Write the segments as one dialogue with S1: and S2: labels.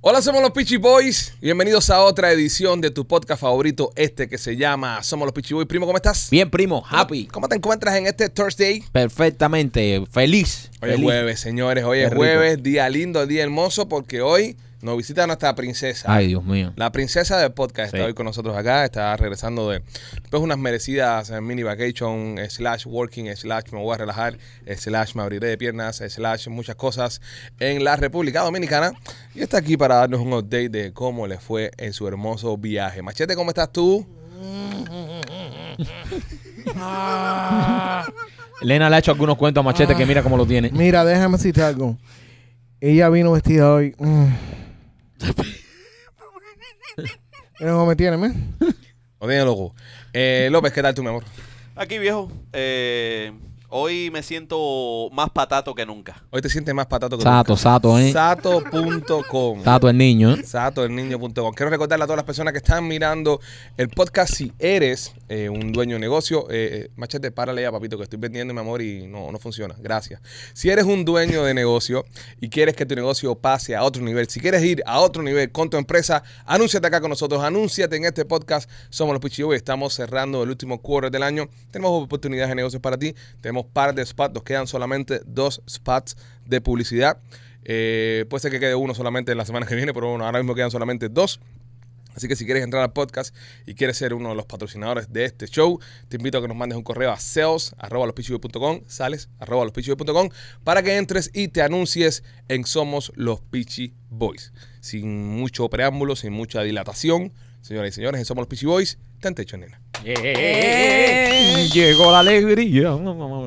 S1: Hola, somos los Peachy Boys. Bienvenidos a otra edición de tu podcast favorito, este que se llama Somos los Peachy Boys. Primo, ¿cómo estás?
S2: Bien, primo,
S1: Ah.
S2: happy.
S1: ¿Cómo te encuentras en este Thursday?
S2: Perfectamente, feliz.
S1: Hoy es
S2: feliz.
S1: jueves, señores. Hoy
S2: Qué
S1: es
S2: rico.
S1: jueves, día lindo, día hermoso, porque hoy nos visita nuestra princesa.
S2: Ay, Dios mío.
S1: La princesa del podcast
S2: Sí.
S1: está hoy con nosotros acá, está regresando de pues, unas merecidas eh, mini vacation, eh, slash working, eh, slash me voy a relajar, eh, slash me abriré de piernas, eh, slash muchas cosas en la República Dominicana. Y está aquí para darnos un update de cómo le fue en su hermoso viaje. Machete, ¿cómo estás tú? Ah.
S2: Elena le ha hecho algunos cuentos a Machete que mira cómo lo tiene.
S3: Mira, déjame decirte algo. Ella vino vestida hoy. mm. Mira cómo me tiene, man.
S1: No tiene loco. Eh, López, ¿qué tal tú, mi amor?
S4: Aquí, viejo. Eh, hoy me siento más patato que nunca.
S1: Hoy te sientes más patato que
S2: Sato, sato, eh.
S1: Sato.com.
S2: Sato el niño, eh.
S1: Satoelniño.com. Quiero recordarle a todas las personas que están mirando el podcast. Si eres eh, un dueño de negocio, eh, eh, machete, párale ya, papito, que estoy vendiendo, mi amor, y no, no funciona. Gracias. Si eres un dueño de negocio y quieres que tu negocio pase a otro nivel, si quieres ir a otro nivel con tu empresa, anúnciate acá con nosotros, anúnciate en este podcast. Somos los Pichillo y estamos cerrando el último quarter del año. Tenemos oportunidades de negocios para ti. Tenemos par de spots, nos quedan solamente dos spots de publicidad. Eh, puede ser que quede uno solamente la semana que viene, pero bueno, ahora mismo quedan solamente dos. Así que si quieres entrar al podcast y quieres ser uno de los patrocinadores de este show, te invito a que nos mandes un correo a sales arroba lospitchyboy.com, sales arroba lospitchyboy.com, para que entres y te anuncies en Somos los Pitchy Boys. Sin mucho preámbulo, sin mucha dilatación, señoras y señores, en Somos los Pitchy Boys, te han hecho nena.
S5: Eh.
S2: Llegó la alegría.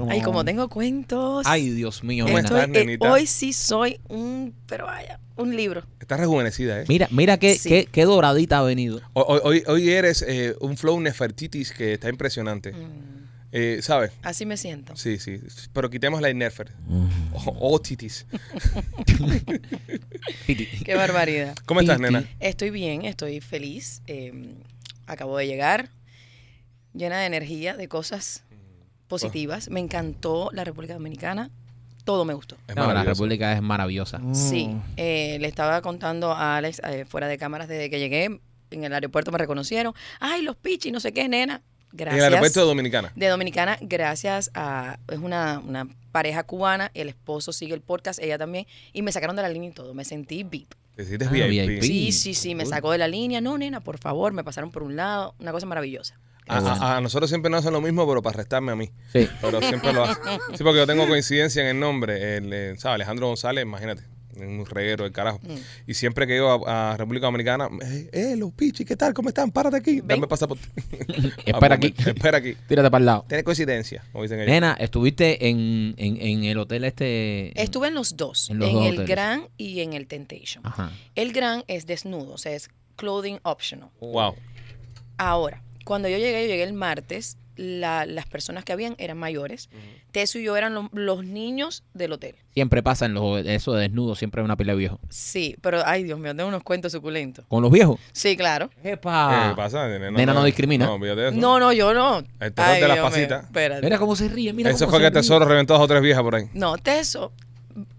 S5: Ay, como tengo cuentos.
S2: Ay, Dios mío,
S5: Estoy-
S2: nena.
S1: Esto- estás,
S5: eh,
S1: nenita?
S5: hoy sí soy un, pero vaya, un libro.
S1: Estás rejuvenecida, ¿eh?
S2: Mira, mira qué,
S5: Sí.
S2: qué, qué doradita ha venido.
S1: Hoy, hoy- hoy- hoy eres eh, un flow nefertitis que está impresionante. Eh, ¿Sabes?
S5: Así me siento.
S1: Sí, sí. Pero quitemos la Nerfer. O, o titis.
S5: Qué barbaridad.
S1: ¿Cómo estás,
S2: Titi.
S1: nena?
S5: Estoy bien, estoy feliz. eh, acabo de llegar, llena de energía, de cosas
S1: Oh.
S5: positivas. Me encantó la República Dominicana. Todo me gustó.
S1: Es Mm.
S2: No, la
S1: maravilloso.
S2: República es maravillosa.
S3: Mm.
S5: Sí, eh, le estaba contando a Alex eh, fuera de cámaras desde que llegué. En el aeropuerto me reconocieron. Ay, los pichis, no sé qué, nena.
S1: En
S5: Gracias.
S1: el aeropuerto de Dominicana.
S5: de Dominicana, gracias a. Es una, una pareja cubana, el esposo sigue el podcast, ella también, y me sacaron de la línea y todo. Me sentí VIP.
S1: Te sientes
S2: Ah,
S1: VIP.
S2: VIP.
S5: Sí, sí, sí, me
S2: Cool.
S5: sacó de la línea. No, nena, por favor, me pasaron por un lado. Una cosa maravillosa.
S1: A, a- a nosotros siempre nos hacen lo mismo, pero para restarme a mí.
S2: Sí.
S1: Pero siempre lo hacen. Sí, porque yo tengo coincidencia en el nombre. El, eh, ¿sabes? Alejandro González, imagínate. Un reguero del carajo.
S5: Mm.
S1: Y siempre que yo a, a República Dominicana, eh, eh, los pichis, ¿qué tal? ¿Cómo están? Párate aquí.
S5: Ven.
S1: Dame pasaporte.
S2: Espera aquí.
S1: Espera aquí.
S2: Tírate para el lado.
S1: Tiene coincidencia, como dicen ellos.
S2: Nena, estuviste en, en, en el hotel este.
S5: Estuve en los dos,
S2: En
S5: en,
S2: los dos
S5: el
S2: hoteles. Ah.
S5: Gran y en el Temptation.
S2: Ajá.
S5: El Gran es desnudo, o sea, es clothing optional.
S1: Wow.
S5: Ahora, cuando yo llegué, yo llegué el martes, la- las personas que habían eran mayores. Teso y yo eran lo- los niños del hotel.
S2: Siempre pasa en los eso de desnudo, siempre hay una pelea de viejos.
S5: Sí, pero ay, Dios mío, tengo unos cuentos suculentos.
S2: Con los viejos.
S5: Sí, claro.
S2: Epa.
S1: ¿Qué pasa?
S2: Ah. Nena no discrimina.
S1: No, olvídate de eso.
S5: No, no, yo no.
S1: El terror de las
S5: Dios mío,
S1: pasitas.
S5: espérate.
S2: Mira cómo se ríe, mira
S1: Eso
S2: cómo
S1: fue
S2: se
S1: que
S2: ríe.
S1: Tesoro reventó a dos o tres viejas por ahí.
S5: No, Teso.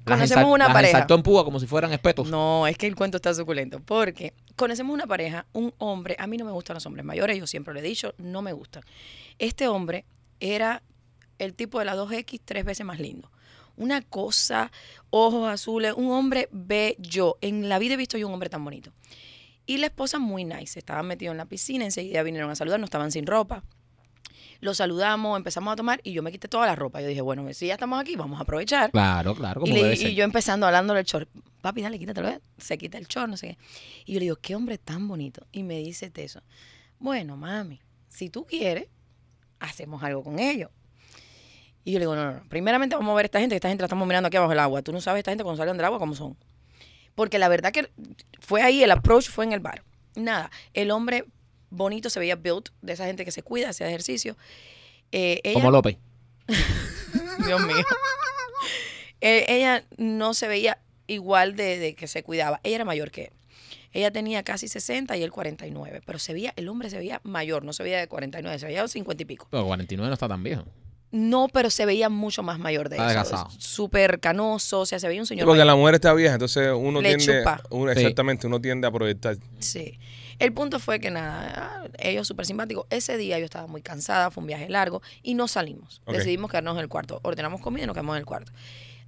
S2: Las
S5: Conocemos
S2: ensal-
S5: una
S2: las
S5: pareja.
S2: Saltó en púa como si fueran espetos.
S5: No, es que el cuento está suculento. Porque conocemos una pareja, un hombre. A mí no me gustan los hombres mayores, yo siempre lo he dicho, no me gustan. Este hombre era el tipo de la 2X tres veces más lindo. Una cosa, ojos azules, un hombre bello. En la vida he visto yo un hombre tan bonito. Y la esposa muy nice. Estaban metidos en la piscina, enseguida vinieron a saludarnos, estaban sin ropa. Los saludamos, empezamos a tomar y yo me quité toda la ropa. Yo dije, bueno, si ya estamos aquí, vamos a aprovechar.
S2: Claro, claro, como
S5: Y, le-
S2: debe
S5: y
S2: ser.
S5: yo empezando hablándole el short, papi, dale, quítatelo, ¿eh? se quita el short, no sé qué. Y yo le digo, qué hombre tan bonito. Y me dice Teso, bueno, mami, si tú quieres, hacemos algo con ellos. Y yo le digo, no, no, no, primeramente vamos a ver a esta gente, que esta gente la estamos mirando aquí abajo del agua. Tú no sabes esta gente cuando salen del agua cómo son. Porque la verdad que fue ahí, el approach fue en el bar. Nada, el hombre bonito se veía built, de esa gente que se cuida, hace ejercicio. Eh, ella-
S2: Como López.
S5: Dios mío. Eh, ella no se veía igual de, de que se cuidaba. Ella era mayor que él. Ella tenía casi 60 y él 49. Pero se veía, el hombre se veía mayor, no se veía de 49, se veía de 50 y pico.
S2: Pero 49 no está tan viejo.
S5: No, pero se veía mucho más mayor de
S2: Está
S5: eso.
S2: adelgazado.
S5: Súper canoso, o sea, se veía un
S1: Sí,
S5: señor.
S1: porque
S5: mayor.
S1: la mujer está vieja, entonces uno
S5: Le
S1: tiende.
S5: chupa.
S1: uno-
S2: Sí.
S1: Exactamente, uno tiende a proyectar.
S5: Sí. El punto fue que nada, ah, ellos súper simpáticos. Ese día yo estaba muy cansada, fue un viaje largo y no salimos.
S1: Ok.
S5: Decidimos quedarnos en el cuarto. Ordenamos comida y nos quedamos en el cuarto.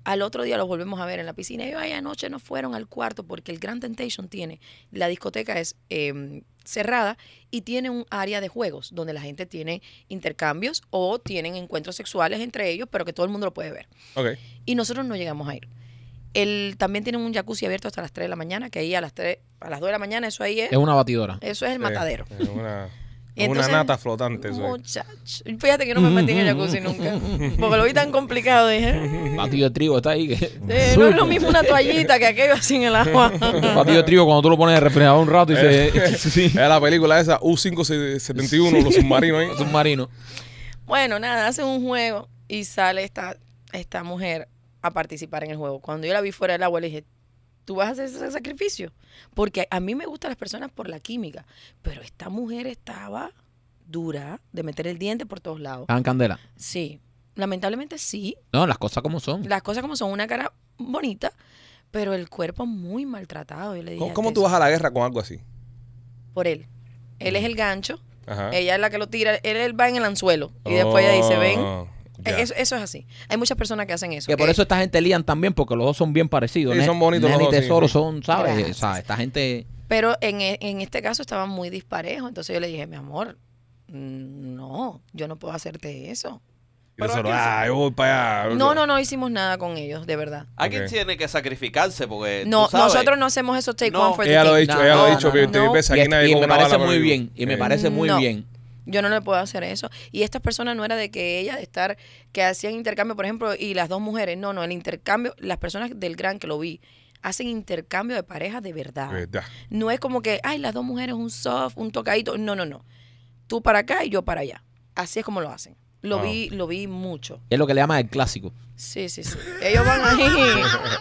S5: Al otro día los volvemos a ver en la piscina. Ellos ay, anoche no fueron al cuarto porque el Grand Temptation tiene, la discoteca es eh, cerrada y tiene un área de juegos donde la gente tiene intercambios o tienen encuentros sexuales entre ellos, pero que todo el mundo lo puede ver
S1: Ok.
S5: y nosotros no llegamos a ir. El, también tienen un jacuzzi abierto hasta las 3 de la mañana, que ahí a las 3, a las 2 de la mañana, eso ahí es,
S2: Es una batidora.
S5: eso es el matadero.
S1: Es eh, una,
S5: Y
S1: es una
S5: entonces-
S1: nata flotante. eso es.
S5: Muchacho. Fíjate que no me metí en el jacuzzi nunca. Porque lo vi tan complicado, dije.
S2: Batido de trigo está ahí. que-
S5: eh, no es lo mismo una toallita que aquello así en el agua.
S2: Batido de trigo cuando tú lo pones en el refrigerador un rato y se...
S1: Es la película esa U571, los
S2: ¿eh?
S1: submarinos ¿eh? ahí.
S2: Submarino.
S5: Bueno, nada, hacen un juego y sale esta, esta mujer a participar en el juego. Cuando yo la vi fuera del agua, le dije, tú vas a hacer ese sacrificio. Porque a mí me gustan las personas por la química, pero esta mujer estaba dura de meter el diente por todos lados.
S2: Estaban candela.
S5: Sí, lamentablemente sí.
S2: No, las cosas como son.
S5: Las cosas como son, una cara bonita, pero el cuerpo muy maltratado. Yo le dije,
S1: ¿Cómo, cómo tú vas a la guerra con algo así?
S5: Por él. Él es el gancho,
S1: Ajá.
S5: ella es la que lo tira, él, él va en el anzuelo y después ella dice, ven. Eh,
S1: Oh, ya.
S5: Eso, eso es así. Hay muchas personas que hacen eso.
S2: Que por eso esta gente lían también, porque los dos son bien parecidos.
S1: Sí,
S2: Ne-
S1: son bonitos
S2: Nene
S1: los dos,
S2: y
S1: sí,
S2: Tesoro
S1: sí.
S2: son, ¿sabes?
S5: Gracias.
S2: O sea, esta gente...
S5: Pero en, e- en este caso estaban muy disparejos. Entonces yo le dije, mi amor, mm, no, yo no puedo hacerte eso.
S1: Y eso,
S4: Pero aquí-
S1: ah, yo voy para allá.
S5: No, no, no hicimos nada con ellos, de verdad.
S4: Alguien
S1: Ok.
S4: tiene que sacrificarse
S1: Eh,
S4: porque.
S5: No,
S4: tú sabes,
S5: nosotros no hacemos esos take
S4: No.
S5: one for the
S1: Ella lo ha
S5: team.
S1: dicho,
S2: No,
S1: ella lo ha
S2: no,
S1: dicho.
S2: no,
S1: pero te
S5: no.
S1: ves
S2: Y,
S1: aquí, nadie
S2: y
S1: con
S2: me
S1: una
S2: parece
S1: bala por
S2: muy
S1: ahí.
S2: bien, y me
S1: Eh,
S2: parece muy
S5: No.
S2: bien.
S5: Yo no le puedo hacer eso. Y estas personas no era de que ellas de estar, que hacían intercambio, por ejemplo, y las dos mujeres. No, no, el intercambio, las personas del gran que lo vi, hacen intercambio de parejas de verdad.
S1: verdad.
S5: No es como que, ay, las dos mujeres, un soft, un tocadito. No, no, no. Tú para acá y yo para allá. Así es como lo hacen. Lo
S1: Wow.
S5: vi, lo vi mucho.
S2: Es lo que le llaman el clásico.
S5: Sí, sí, sí. Ellos van ahí.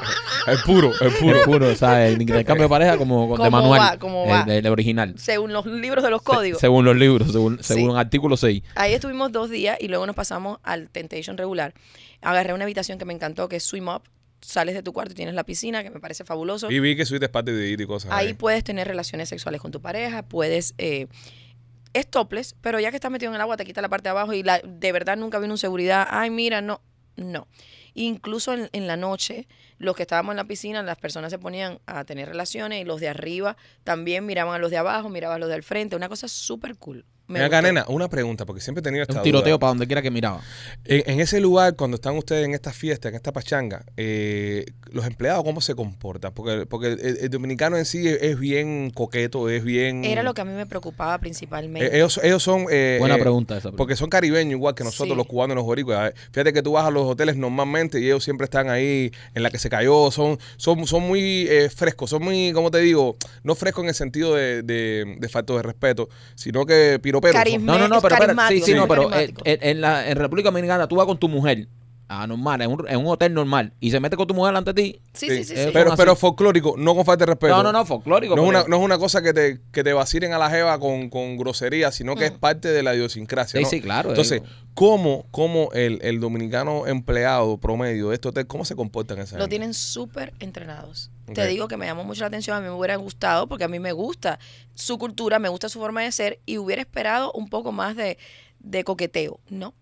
S1: Es puro, es puro.
S2: El puro, ¿sabes? El intercambio de pareja como, como de
S5: Como
S2: manual.
S5: va, como va.
S2: el- Del original.
S5: según los libros de los códigos.
S2: Según los libros, según,
S5: Sí.
S2: según artículo 6.
S5: Ahí estuvimos dos días y luego nos pasamos al Temptation regular. Agarré una habitación que me encantó, que es Swim Up. Sales de tu cuarto y tienes la piscina, que me parece fabuloso.
S1: Y vi que subiste parte de y cosas.
S5: Ahí puedes tener relaciones sexuales con tu pareja, puedes... Eh, es topless, pero ya que estás metido en el agua, te quita la parte de abajo y la, de verdad nunca vino un seguridad. Ay, mira, no, no. Incluso en, en la noche, los que estábamos en la piscina, las personas se ponían a tener relaciones y los de arriba también miraban a los de abajo, miraban a los del frente. Una cosa súper cool. Me
S1: Mira acá,
S5: gustó.
S1: nena, una pregunta, porque siempre he tenido
S2: Es
S1: esta
S2: un tiroteo
S1: duda.
S2: para donde quiera que miraba.
S1: En, en ese lugar, cuando están ustedes en esta fiesta, en esta pachanga, eh, los empleados, ¿cómo se comportan? Porque, porque el, el dominicano en sí es, es bien coqueto, es bien...
S5: Era lo que a mí me preocupaba
S1: Eh,
S5: principalmente.
S1: ellos, ellos son... eh,
S2: Buena
S1: eh,
S2: pregunta esa.
S1: Porque son caribeños igual que nosotros,
S5: Sí.
S1: los cubanos y los boricuas. A ver, Fíjate que tú vas a los hoteles normalmente y ellos siempre están ahí en la que se cayó. Son, son, son muy eh, frescos, son muy, ¿cómo te digo? No frescos en el sentido de, de, de falta de respeto, sino que piroperos. son.
S5: Carisma.
S2: No, no, no, pero espera, sí,
S5: Carismático,
S2: sí, no,
S5: súper
S2: pero eh,
S5: carismático.
S2: eh, en, la, en República Dominicana tú vas con tu mujer a normal, en un, en un hotel normal, y se mete con tu mujer delante de ti.
S5: sí, sí, sí. sí.
S1: eh, Pero,
S2: Son
S1: pero
S2: así.
S1: folclórico, no con falta de respeto.
S2: No, no, no, folclórico.
S1: No es, una,
S2: porque-
S1: no es una cosa que te, que te vacilen a la jeva con, con grosería, sino que es parte de la idiosincrasia.
S2: Mm. Sí,
S1: ¿no?
S2: sí, claro.
S1: Entonces,
S2: eh,
S1: ¿cómo, cómo el, el dominicano empleado promedio de este hotel, cómo se comportan esas
S5: Lo tienen súper entrenados.
S1: eh. Ok.
S5: Te digo que me llamó mucho la atención, a mí me hubiera gustado, porque a mí me gusta su cultura, me gusta su forma de ser y hubiera esperado un poco más de, de coqueteo. No,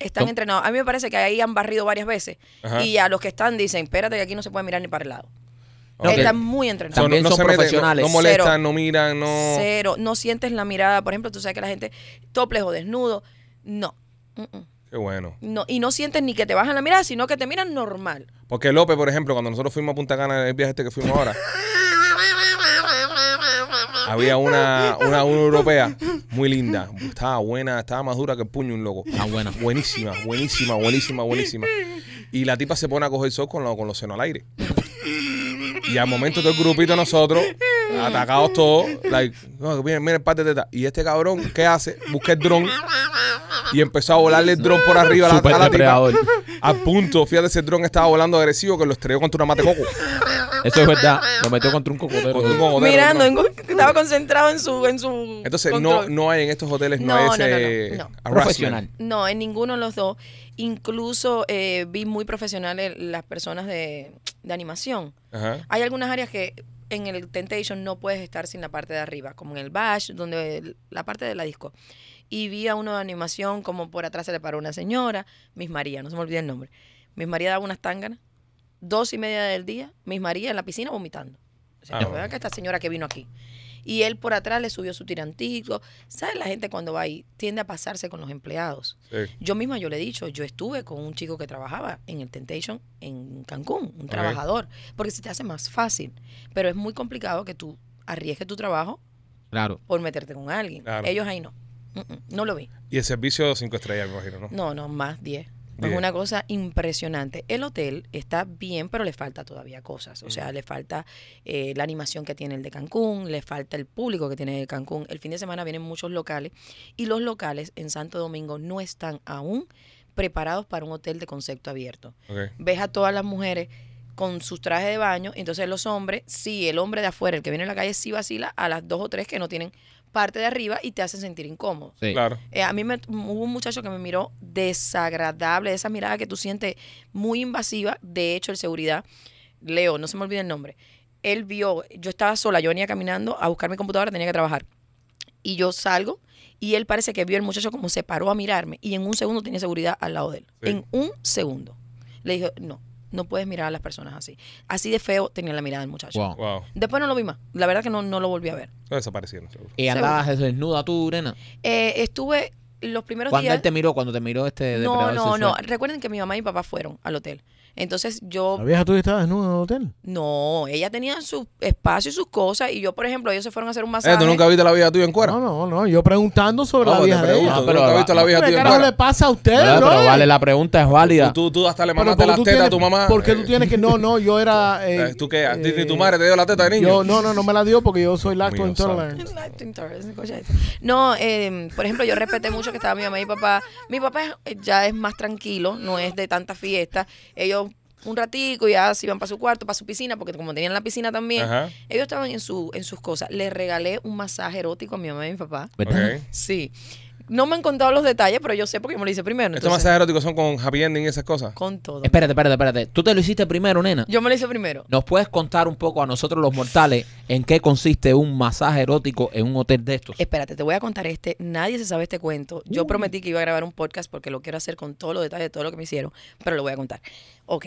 S5: están
S2: No.
S5: entrenados. A mí me parece que ahí han barrido varias veces
S1: Ajá.
S5: y a los que están dicen, espérate que aquí no se puede mirar ni para el lado.
S2: No, que-
S5: están muy
S1: O
S5: entrenados.
S1: sea,
S2: También son
S1: se meten,
S2: profesionales.
S1: No, no molestan,
S5: Cero.
S1: no miran, no.
S5: Cero, no sientes la mirada, por ejemplo, tú sabes que la gente topless o desnudo, no. Mm, mm.
S1: Qué bueno.
S5: No, y no sientes ni que te bajan la mirada, sino que te miran normal.
S1: Porque López, por ejemplo, cuando nosotros fuimos a Punta Cana en el viaje este que fuimos ahora, había una, una, una europea muy linda. Estaba buena, estaba más dura que el puño de un loco.
S2: Ah, buena.
S1: Buenísima, buenísima, buenísima, buenísima. Y la tipa se pone a coger sol con, lo- con los senos al aire. Y al momento todo el grupito de nosotros, atacados todos, like, no, miren, miren, parte de teta. Y este cabrón, ¿qué hace? Busca el dron y empezó a volarle el dron por arriba a la,
S2: Súper
S1: a la tipa.
S2: depredador.
S1: A punto, fíjate, ese dron estaba volando agresivo que lo estrelló contra una mate coco.
S2: Eso es verdad. Lo metió contra un cocotero.
S1: Contra un cocotero,
S5: Mirando,
S1: ¿no?
S5: en- estaba concentrado en su, en su
S1: Entonces, no,
S5: control.
S1: no hay en estos hoteles, no,
S5: No,
S1: hay
S5: no,
S1: ese
S5: no, no, no.
S1: harassment.
S2: Profesional.
S5: No, en ninguno de los dos. Incluso eh, vi muy profesionales las personas de, de animación.
S1: Ajá.
S5: Hay algunas áreas que en el Temptation no puedes estar sin la parte de arriba, como en el Bash, donde el- la parte de la disco. Y vi a uno de animación como por atrás se le paró una señora, Miss María, no se me olvida el nombre. Miss María daba unas tanganas, dos y media del día, Miss María en la piscina vomitando. O sea,
S1: Ah,
S5: "Pero
S1: bueno.
S5: ven acá esta señora que vino aquí. Y él por atrás le subió su tirantico. ¿Sabes? La gente cuando va ahí tiende a pasarse con los empleados.
S1: Sí.
S5: Yo misma yo le he dicho, yo estuve con un chico que trabajaba en el Temptation en Cancún, un trabajador, porque se te hace más fácil, pero es muy complicado que tú arriesgues tu trabajo
S2: Claro.
S5: por meterte con alguien.
S1: Claro.
S5: Ellos ahí no. Mm, mm, no lo vi.
S1: Y el servicio cinco estrellas, me imagino, ¿no?
S5: No, no, más 10. Es
S1: Diez.
S5: una cosa impresionante. El hotel está bien, pero le falta todavía cosas. O sea, le falta eh, la animación que tiene el de Cancún, le falta el público que tiene el de Cancún. El fin de semana vienen muchos locales y los locales en Santo Domingo no están aún preparados para un hotel de concepto abierto.
S1: Ok.
S5: Ves a todas las mujeres con sus trajes de baño, entonces los hombres, sí, el hombre de afuera, el que viene a la calle, sí vacila a las dos o tres que no tienen parte de arriba y te hacen sentir incómodo.
S2: Sí.
S1: Claro.
S5: Eh, a mí me, hubo un muchacho que me miró desagradable, esa mirada que tú sientes muy invasiva. De hecho, el seguridad, Leo, no se me olvide el nombre. Él vio, yo estaba sola, yo venía caminando a buscar mi computadora, tenía que trabajar. Y yo salgo y él parece que vio el muchacho como se paró a mirarme y en un segundo tenía seguridad al lado de él.
S1: Sí.
S5: En un segundo. Le dije, no, no puedes mirar a las personas así. Así de feo tenía la mirada del muchacho.
S2: Wow.
S1: Wow.
S5: Después no lo vi más. La verdad que no, no lo volví a ver.
S1: Eso desaparecieron, seguro.
S2: Y andabas desnuda tú, Irena.
S5: Eh, estuve los primeros
S2: Cuando
S5: días...
S2: él te miró, cuando te miró este
S5: No,
S2: depredador
S5: no, no.
S1: Eh,
S2: sexual.
S5: Recuerden que mi mamá y mi papá fueron al hotel. Entonces
S3: La
S5: yo,
S3: vieja tú estabas desnuda en el hotel.
S5: no, ella tenía su espacio y sus cosas. Y yo, por ejemplo, ellos se fueron a hacer un masaje.
S1: Eh, ¿Tú nunca viste la vida tuya en cuera?
S3: No, no, no. Yo preguntando sobre
S1: No, pues,
S3: la
S1: te
S3: vieja de
S1: pregunto,
S3: ella.
S1: ¿tú
S2: pero
S1: nunca
S2: va-
S1: viste la vida
S3: ¿Qué
S1: tuya en
S3: carajo le
S1: cuera?
S3: pasa a usted,
S2: Pero,
S3: bro?
S2: pero vale, la pregunta es válida.
S1: Tú, tú hasta le
S3: Pero
S1: mandaste
S3: porque
S1: las
S3: tú
S1: tetas a
S3: tienes-
S1: tu mamá.
S3: Porque tú
S1: Eh,
S3: tienes que... No, no, yo era... eh,
S1: eh, ¿Tú qué? ¿A ti-
S3: eh,
S1: ni tu madre te dio la teta de niño?
S3: Yo, no, no, no me la dio porque yo soy lacto
S1: Mío,
S3: intolerante.
S5: Lacto intolerance, escucha esto. No, eh, por ejemplo, yo respeté mucho que estaba mi mamá y mi papá. Mi papá es- eh, ya es más tranquilo, no es de tanta fiesta. Ellos un ratico ya se iban para su cuarto, para su piscina, porque como tenían la piscina también,
S1: Ajá.
S5: ellos estaban en, su, en sus cosas. Les regalé un masaje erótico a mi mamá y mi papá.
S2: ¿Verdad?
S1: Ok.
S5: Sí. No me han contado los detalles, pero yo sé porque yo me lo hice primero.
S1: Estos
S5: entonces-
S1: masajes eróticos son con happy ending y esas cosas.
S5: Con todo.
S2: Espérate, espérate, espérate. Tú te lo hiciste primero, nena.
S5: Yo me lo hice primero.
S2: ¿Nos puedes contar un poco a nosotros los mortales en qué consiste un masaje erótico en un hotel de estos?
S5: Espérate, te voy a contar este. Nadie se sabe este cuento. Yo prometí que iba a grabar un podcast porque lo quiero hacer con todos los detalles de todo lo que me hicieron, pero lo voy a contar. Ok.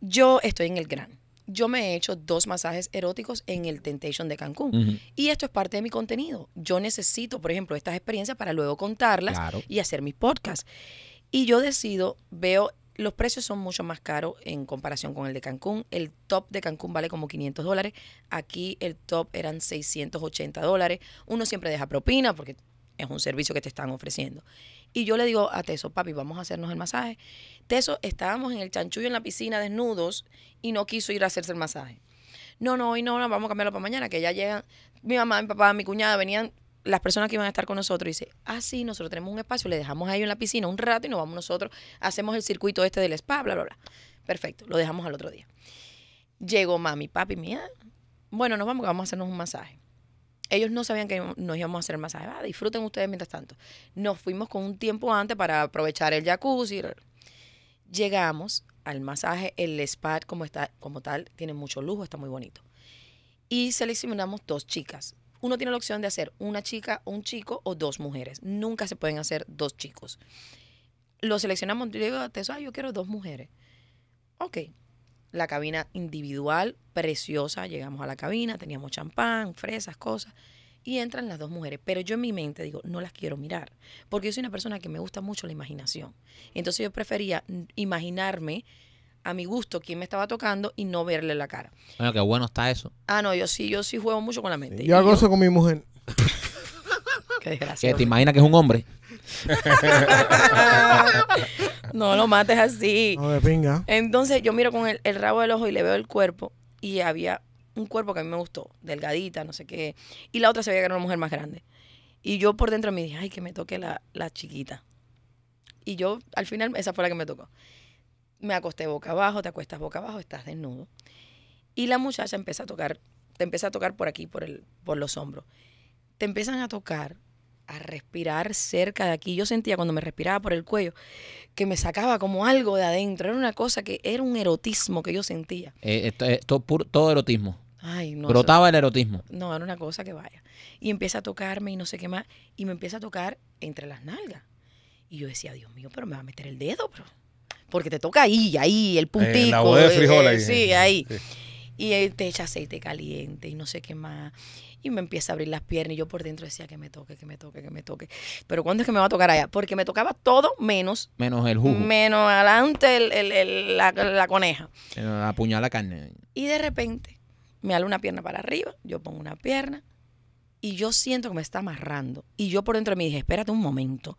S5: Yo estoy en el Gran. Yo me he hecho dos masajes eróticos en el Temptation de Cancún.
S2: Ujú.
S5: Y esto es parte de mi contenido. Yo necesito, por ejemplo, estas experiencias para luego contarlas
S2: Claro.
S5: y hacer mis podcasts. Y yo decido, veo, los precios son mucho más caros en comparación con el de Cancún. El top de Cancún vale como 500 dólares. Aquí el top eran 680 dólares. Uno siempre deja propina porque es un servicio que te están ofreciendo. Y yo le digo a Teso, papi, vamos a hacernos el masaje. Teso, estábamos en el chanchullo en la piscina desnudos y no quiso ir a hacerse el masaje no, no, hoy no, no, vamos a cambiarlo para mañana, que ya llegan mi mamá, mi papá, mi cuñada, venían las personas que iban a estar con nosotros. Y dice, ah, sí, nosotros tenemos un espacio, le dejamos a ellos en la piscina un rato y nos vamos nosotros, hacemos el circuito este del spa, bla, bla, bla. Perfecto, lo dejamos al otro día. Llegó mami, papi, mía, bueno, nos vamos, que vamos a hacernos un masaje. Ellos no sabían que nos íbamos a hacer el masaje. Ah, disfruten ustedes mientras tanto. Nos fuimos con un tiempo antes para aprovechar el jacuzzi. Llegamos al masaje, el spa como, está, como tal tiene mucho lujo, está muy bonito. Y seleccionamos dos chicas. Uno tiene la opción de hacer una chica, un chico o dos mujeres. Nunca se pueden hacer dos chicos. Lo seleccionamos, yo le digo a Teso, "Ay, yo quiero dos mujeres. Ok. La cabina individual, preciosa. Llegamos a la cabina, teníamos champán, fresas, cosas. Y entran las dos mujeres. Pero yo en mi mente digo, no las quiero mirar. Porque yo soy una persona que me gusta mucho la imaginación. Entonces yo prefería mm, imaginarme a mi gusto quién me estaba tocando y no verle la cara.
S2: Bueno, qué bueno está eso.
S5: Ah, no, yo sí, yo sí juego mucho con la mente. Y
S3: Yo hago eso con mi mujer.
S5: Qué desgracia.
S2: Que te imaginas que es un hombre.
S5: no lo mates así.
S3: No, de pinga.
S5: Entonces yo miro con el, el rabo del ojo y le veo el cuerpo y había un cuerpo que a mí me gustó, delgadita, no sé qué. Y la otra se veía que era una mujer más grande. Y yo por dentro me dije, ay, que me toque la, la chiquita. Y yo, al final, esa fue la que me tocó. Me acosté boca abajo, te acuestas boca abajo, estás desnudo. Y la muchacha empieza a tocar, te empieza a tocar por aquí, por, el, por los hombros. Te empiezan a tocar, a respirar cerca de aquí. Yo sentía cuando me respiraba por el cuello que me sacaba como algo de adentro. Era una cosa que era un erotismo que yo sentía.
S2: Eh, esto, esto puro- todo erotismo.
S5: Ay, no. eso-
S2: Brotaba el erotismo.
S5: no, era una cosa que vaya. Y empieza a tocarme y no sé qué más. Y me empieza a tocar entre las nalgas. Y yo decía, Dios mío, pero me va a meter el dedo, pero. Porque te toca ahí, ahí, el puntico.
S1: Eh, la boda de
S5: eh,
S1: frijol
S5: eh,
S1: ahí.
S5: Sí, ahí.
S1: Sí.
S5: Y él te echa aceite caliente y no sé qué más. Y me empieza a abrir las piernas y yo por dentro decía que me toque, que me toque, que me toque. Pero ¿cuándo es que me va a tocar allá? Porque me tocaba todo menos,
S2: Menos el jugo.
S5: menos adelante el- el- el- la- la coneja.
S2: Eh, Apuñala la carne.
S5: Y de repente me ala una pierna para arriba, yo pongo una pierna y yo siento que me está amarrando. Y yo por dentro me dije, espérate un momento.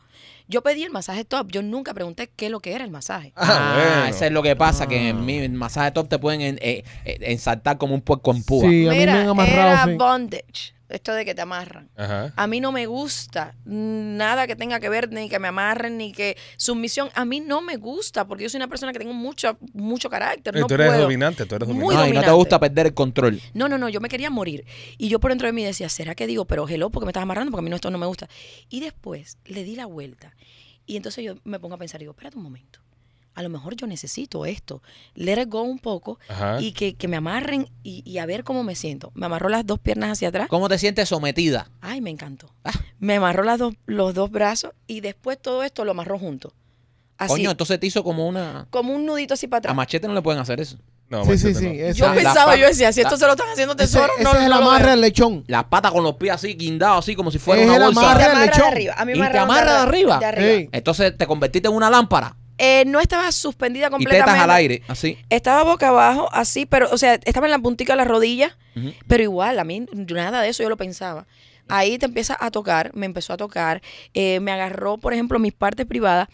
S5: Yo pedí el masaje top, yo nunca pregunté qué es lo que era el masaje.
S2: Ah,
S1: bueno.
S2: eso es lo que pasa, que
S5: Ah.
S2: en mi masaje top te pueden en- eh, eh, ensartar como un puerco en púa. Ah,
S3: Sí, a mí me han
S5: era
S3: amarrado. sí.
S5: bondage, esto de que te amarran.
S1: Ajá.
S5: A mí no me gusta nada que tenga que ver ni que me amarren ni que sumisión. A mí no me gusta porque yo soy una persona que tengo mucho, mucho carácter.
S1: Eh,
S5: no
S1: tú eres
S5: puedo.
S1: dominante, tú eres
S5: Muy
S1: dominante.
S2: no, y no te
S5: dominante.
S2: gusta perder el control.
S5: No, no, no, yo me quería morir. Y yo por dentro de mí decía, ¿será que digo, pero hello, porque me estás amarrando? Porque a mí no, esto no me gusta. Y después le di la vuelta. Y entonces yo me pongo a pensar, digo, espérate un momento. A lo mejor yo necesito esto. Let it go un poco
S1: Ajá.
S5: y que, que me amarren y, y a ver cómo me siento. Me amarró las dos piernas hacia atrás.
S2: ¿Cómo te sientes sometida? Ah,
S5: Ay, me encantó. Me amarró las dos, los dos brazos y después todo esto lo amarró junto. Así,
S2: Coño, entonces te hizo como una...
S5: como un nudito así para
S2: A
S5: atrás.
S2: machete no le pueden hacer eso.
S1: No,
S3: Sí, sí,
S1: Machete,
S3: sí.
S1: no.
S3: ese-
S5: Yo
S2: La-
S5: pensaba,
S2: la-
S5: yo decía, si
S2: la-
S5: esto se lo están haciendo
S3: ese
S5: tesoro, no,
S3: ese es el
S5: no lo
S3: amarre
S5: veo.
S3: del lechón.
S2: Las patas con los pies así guindados, así como si fuera
S3: Es
S2: una
S3: el
S2: bolsa.
S3: amarre
S5: Te
S3: del
S5: amarra de
S3: lechón.
S5: arriba. A mí
S2: ¿Y
S5: me
S2: te
S5: amarraron
S2: amarra de arriba?
S5: De arriba.
S3: Sí.
S2: Entonces te convertiste en una lámpara
S5: Eh, no estaba suspendida
S2: y tetas
S5: completamente.
S2: al aire, así.
S5: Estaba boca abajo, así, pero, o sea, estaba en la puntica de las rodillas,
S2: Ujú.
S5: pero igual, a mí nada de eso yo lo pensaba. Ahí te empieza a tocar, me empezó a tocar, eh, me agarró, por ejemplo, mis partes privadas.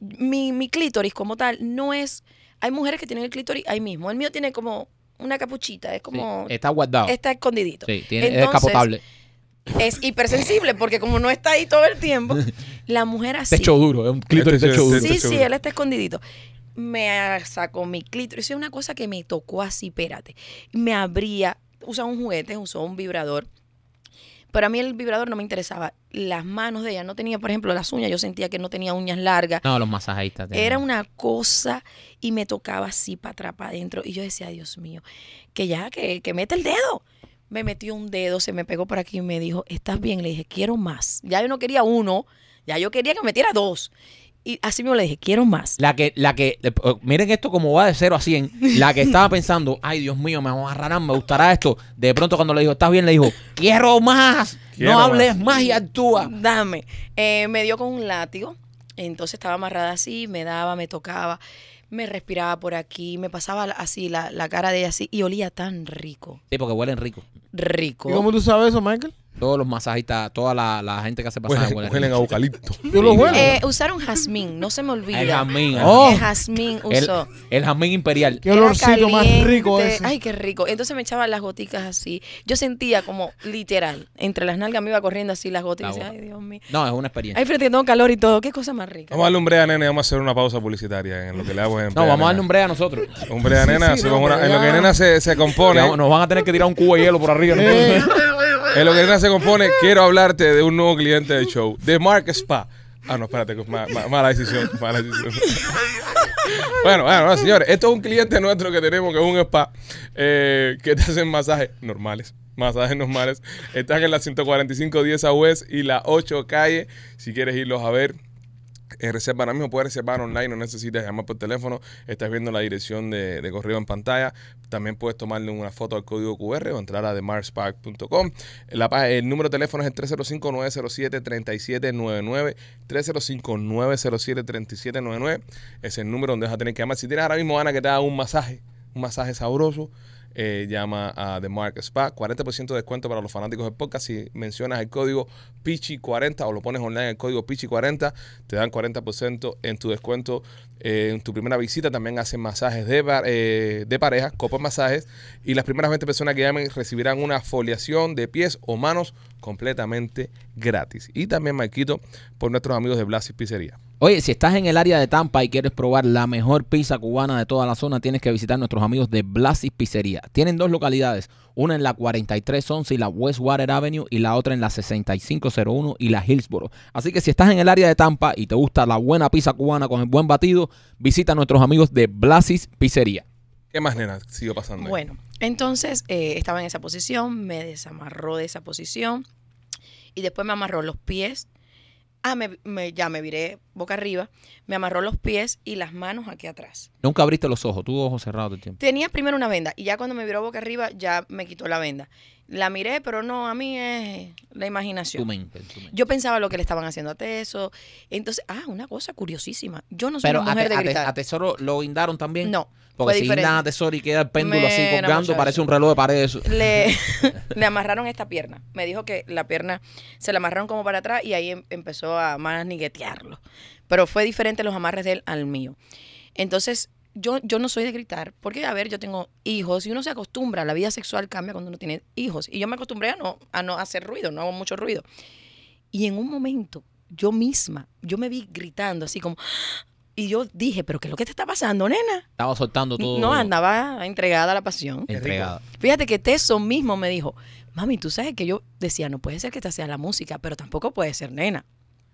S5: Mi, mi clítoris como tal no es... Hay mujeres que tienen el clítoris ahí mismo. El mío tiene como una capuchita, es como...
S2: Sí, está guardado.
S5: Está escondidito.
S2: Sí, tiene, es
S5: Entonces,
S2: descapotable.
S5: Es hipersensible porque como no está ahí todo el tiempo, la mujer así...
S2: Techo duro, es un clítoris
S1: Este sí
S2: techo
S1: es-
S2: duro.
S1: Está
S5: Sí, sí,
S1: seguro.
S5: él está escondidito. Me sacó mi clítoris. Es una cosa que me tocó así, espérate. Me abría, usaba un juguete, usaba un vibrador. Pero a mí el vibrador no me interesaba. Las manos de ella no tenía, por ejemplo, las uñas. Yo sentía que no tenía uñas largas.
S2: No, los masajistas. tienen-
S5: Era una cosa y me tocaba así para atrás, para adentro. Y yo decía, Dios mío, que ya, que, que mete el dedo. Me metió un dedo, se me pegó por aquí y me dijo, ¿estás bien? Le dije, quiero más. Ya yo no quería uno, ya yo quería que me metiera dos. Y así mismo le dije, quiero más.
S2: La que, la que, eh, miren esto como va de 0 a 100. La que estaba pensando, ay Dios mío, me agarrarán, me gustará esto. De pronto cuando le dijo, estás bien, le dijo, quiero más.
S1: Quiero
S2: no hables más. y actúa.
S5: Dame. Eh, me dio con un látigo. Entonces estaba amarrada así, me daba, me tocaba, me respiraba por aquí, me pasaba la- así la, la cara de ella así y olía tan rico.
S2: Sí, porque huelen rico.
S5: Rico.
S3: ¿Y cómo tú sabes eso, Michael?
S2: Todos los masajistas, toda la, la gente que hace pasajes
S1: Huelen, huelen
S2: huelen
S1: a
S2: rico.
S1: eucalipto.
S3: Yo lo huelo.
S5: Eh, usaron jazmín, no se me olvida.
S2: El jamín.
S3: Oh.
S5: El jazmín
S2: el,
S5: usó.
S2: el jamín imperial.
S3: Qué
S5: Era
S3: olorcito más
S5: caliente.
S3: rico ese.
S5: Ay, qué rico. Entonces me echaban las goticas así. Yo sentía como literal, entre las nalgas me iba corriendo así las gotas. Y
S2: La
S5: decía,
S2: boca.
S5: ay, Dios mío.
S2: No, es una experiencia.
S5: Ay, frente, tengo calor y todo. Qué cosa más rica.
S1: Vamos a darle un break a nena y vamos a hacer una pausa publicitaria en lo que le damos en
S2: No, vamos a darle un break a nosotros.
S1: break. Un break a nena,
S3: sí,
S1: hacemos
S3: no,
S1: una-
S3: pero
S1: en lo que
S3: ya.
S1: nena se, se compone.
S2: Ya, Nos van a tener que tirar un cubo de hielo por arriba.
S3: Eh,
S1: En lo que Elena se compone, quiero hablarte de un nuevo cliente del show, de Mark Spa. Ah, no, espérate, que es ma- ma- mala decisión, mala decisión. Bueno, bueno, no, señores, esto es un cliente nuestro que tenemos, que es un spa, eh, que te hacen masajes normales, masajes normales. Están en la 14510 a West y la 8 calle, si quieres irlos a ver. Eh, reserva ahora mismo, puedes reservar online, no necesitas llamar por teléfono. Estás viendo la dirección de, de correo en pantalla. También puedes tomarle una foto al código QR o entrar a themarspark.com. La pa- El número de teléfono es el 305-907-3799. 305-907-3799. Es el número donde vas a tener que llamar. Si tienes ahora mismo, Ana, que te da un masaje, un masaje sabroso. eh, llama a The Mark Spa, 40% de descuento para los fanáticos del podcast. Si mencionas el código PICHI40 o lo pones online el código PICHI40, te dan 40% en tu descuento eh, en tu primera visita. También hacen masajes de, pa- eh, de pareja, copos masajes. Y las primeras 20 personas que llamen recibirán una foliación de pies o manos completamente gratis. Y también, Marquito, por nuestros amigos de Blasis Pizzería.
S2: Ok, Oye, si estás en el área de Tampa y quieres probar la mejor pizza cubana de toda la zona, tienes que visitar nuestros amigos de Blasis Pizzería. Tienen dos localidades, una en la 4311 y la Westwater Avenue y la otra en la 6501 y la Hillsboro. Así que si estás en el área de Tampa y te gusta la buena pizza cubana con el buen batido, visita a nuestros amigos de Blasis Pizzería.
S1: ¿Qué más, nena, siguió pasando? ahí?
S5: Bueno, entonces eh, estaba en esa posición, me desamarró de esa posición y después me amarró los pies. Ah, me, me- ya me viré boca arriba, me amarró los pies y las manos aquí atrás.
S2: Nunca abriste los ojos, tu ojos cerrados todo el tiempo.
S5: Tenía primero una venda y ya cuando me viró boca arriba ya me quitó la venda. La miré, pero no, a mí es la
S2: Tu
S5: imaginación.
S2: mente, tu mente.
S5: Yo pensaba lo que le estaban haciendo a Teso. Entonces, ah, una cosa curiosísima. Yo no soy
S2: Pero
S5: una
S2: a,
S5: mujer
S2: te-
S5: de
S2: a te-
S5: gritar.
S2: a Tesoro lo guindaron también.
S5: No, fue
S2: Porque si
S5: diferente.
S2: guindan a Tesoro y queda el péndulo así
S5: Mira,
S2: colgando,
S5: muchacho.
S2: parece un reloj de pared. eso.
S5: le, le amarraron esta pierna. Me dijo que la pierna se la amarraron como para atrás y ahí em- empezó a maniguetearlo. Pero fue diferente los amarres de él al mío. Entonces, yo, yo no soy de gritar, porque a ver, yo tengo hijos y uno se acostumbra, la vida sexual cambia cuando uno tiene hijos. Y yo me acostumbré a no, a no hacer ruido, no hago mucho ruido. Y en un momento, yo misma, yo me vi gritando así como... Y yo dije, pero ¿qué es lo que te está pasando, nena?
S2: Estaba soltando todo.
S5: No, andaba entregada a la pasión.
S2: Entregada.
S5: Fíjate que Teso mismo me dijo, mami, tú sabes que yo decía, no puede ser que esta sea la música, pero tampoco puede ser nena.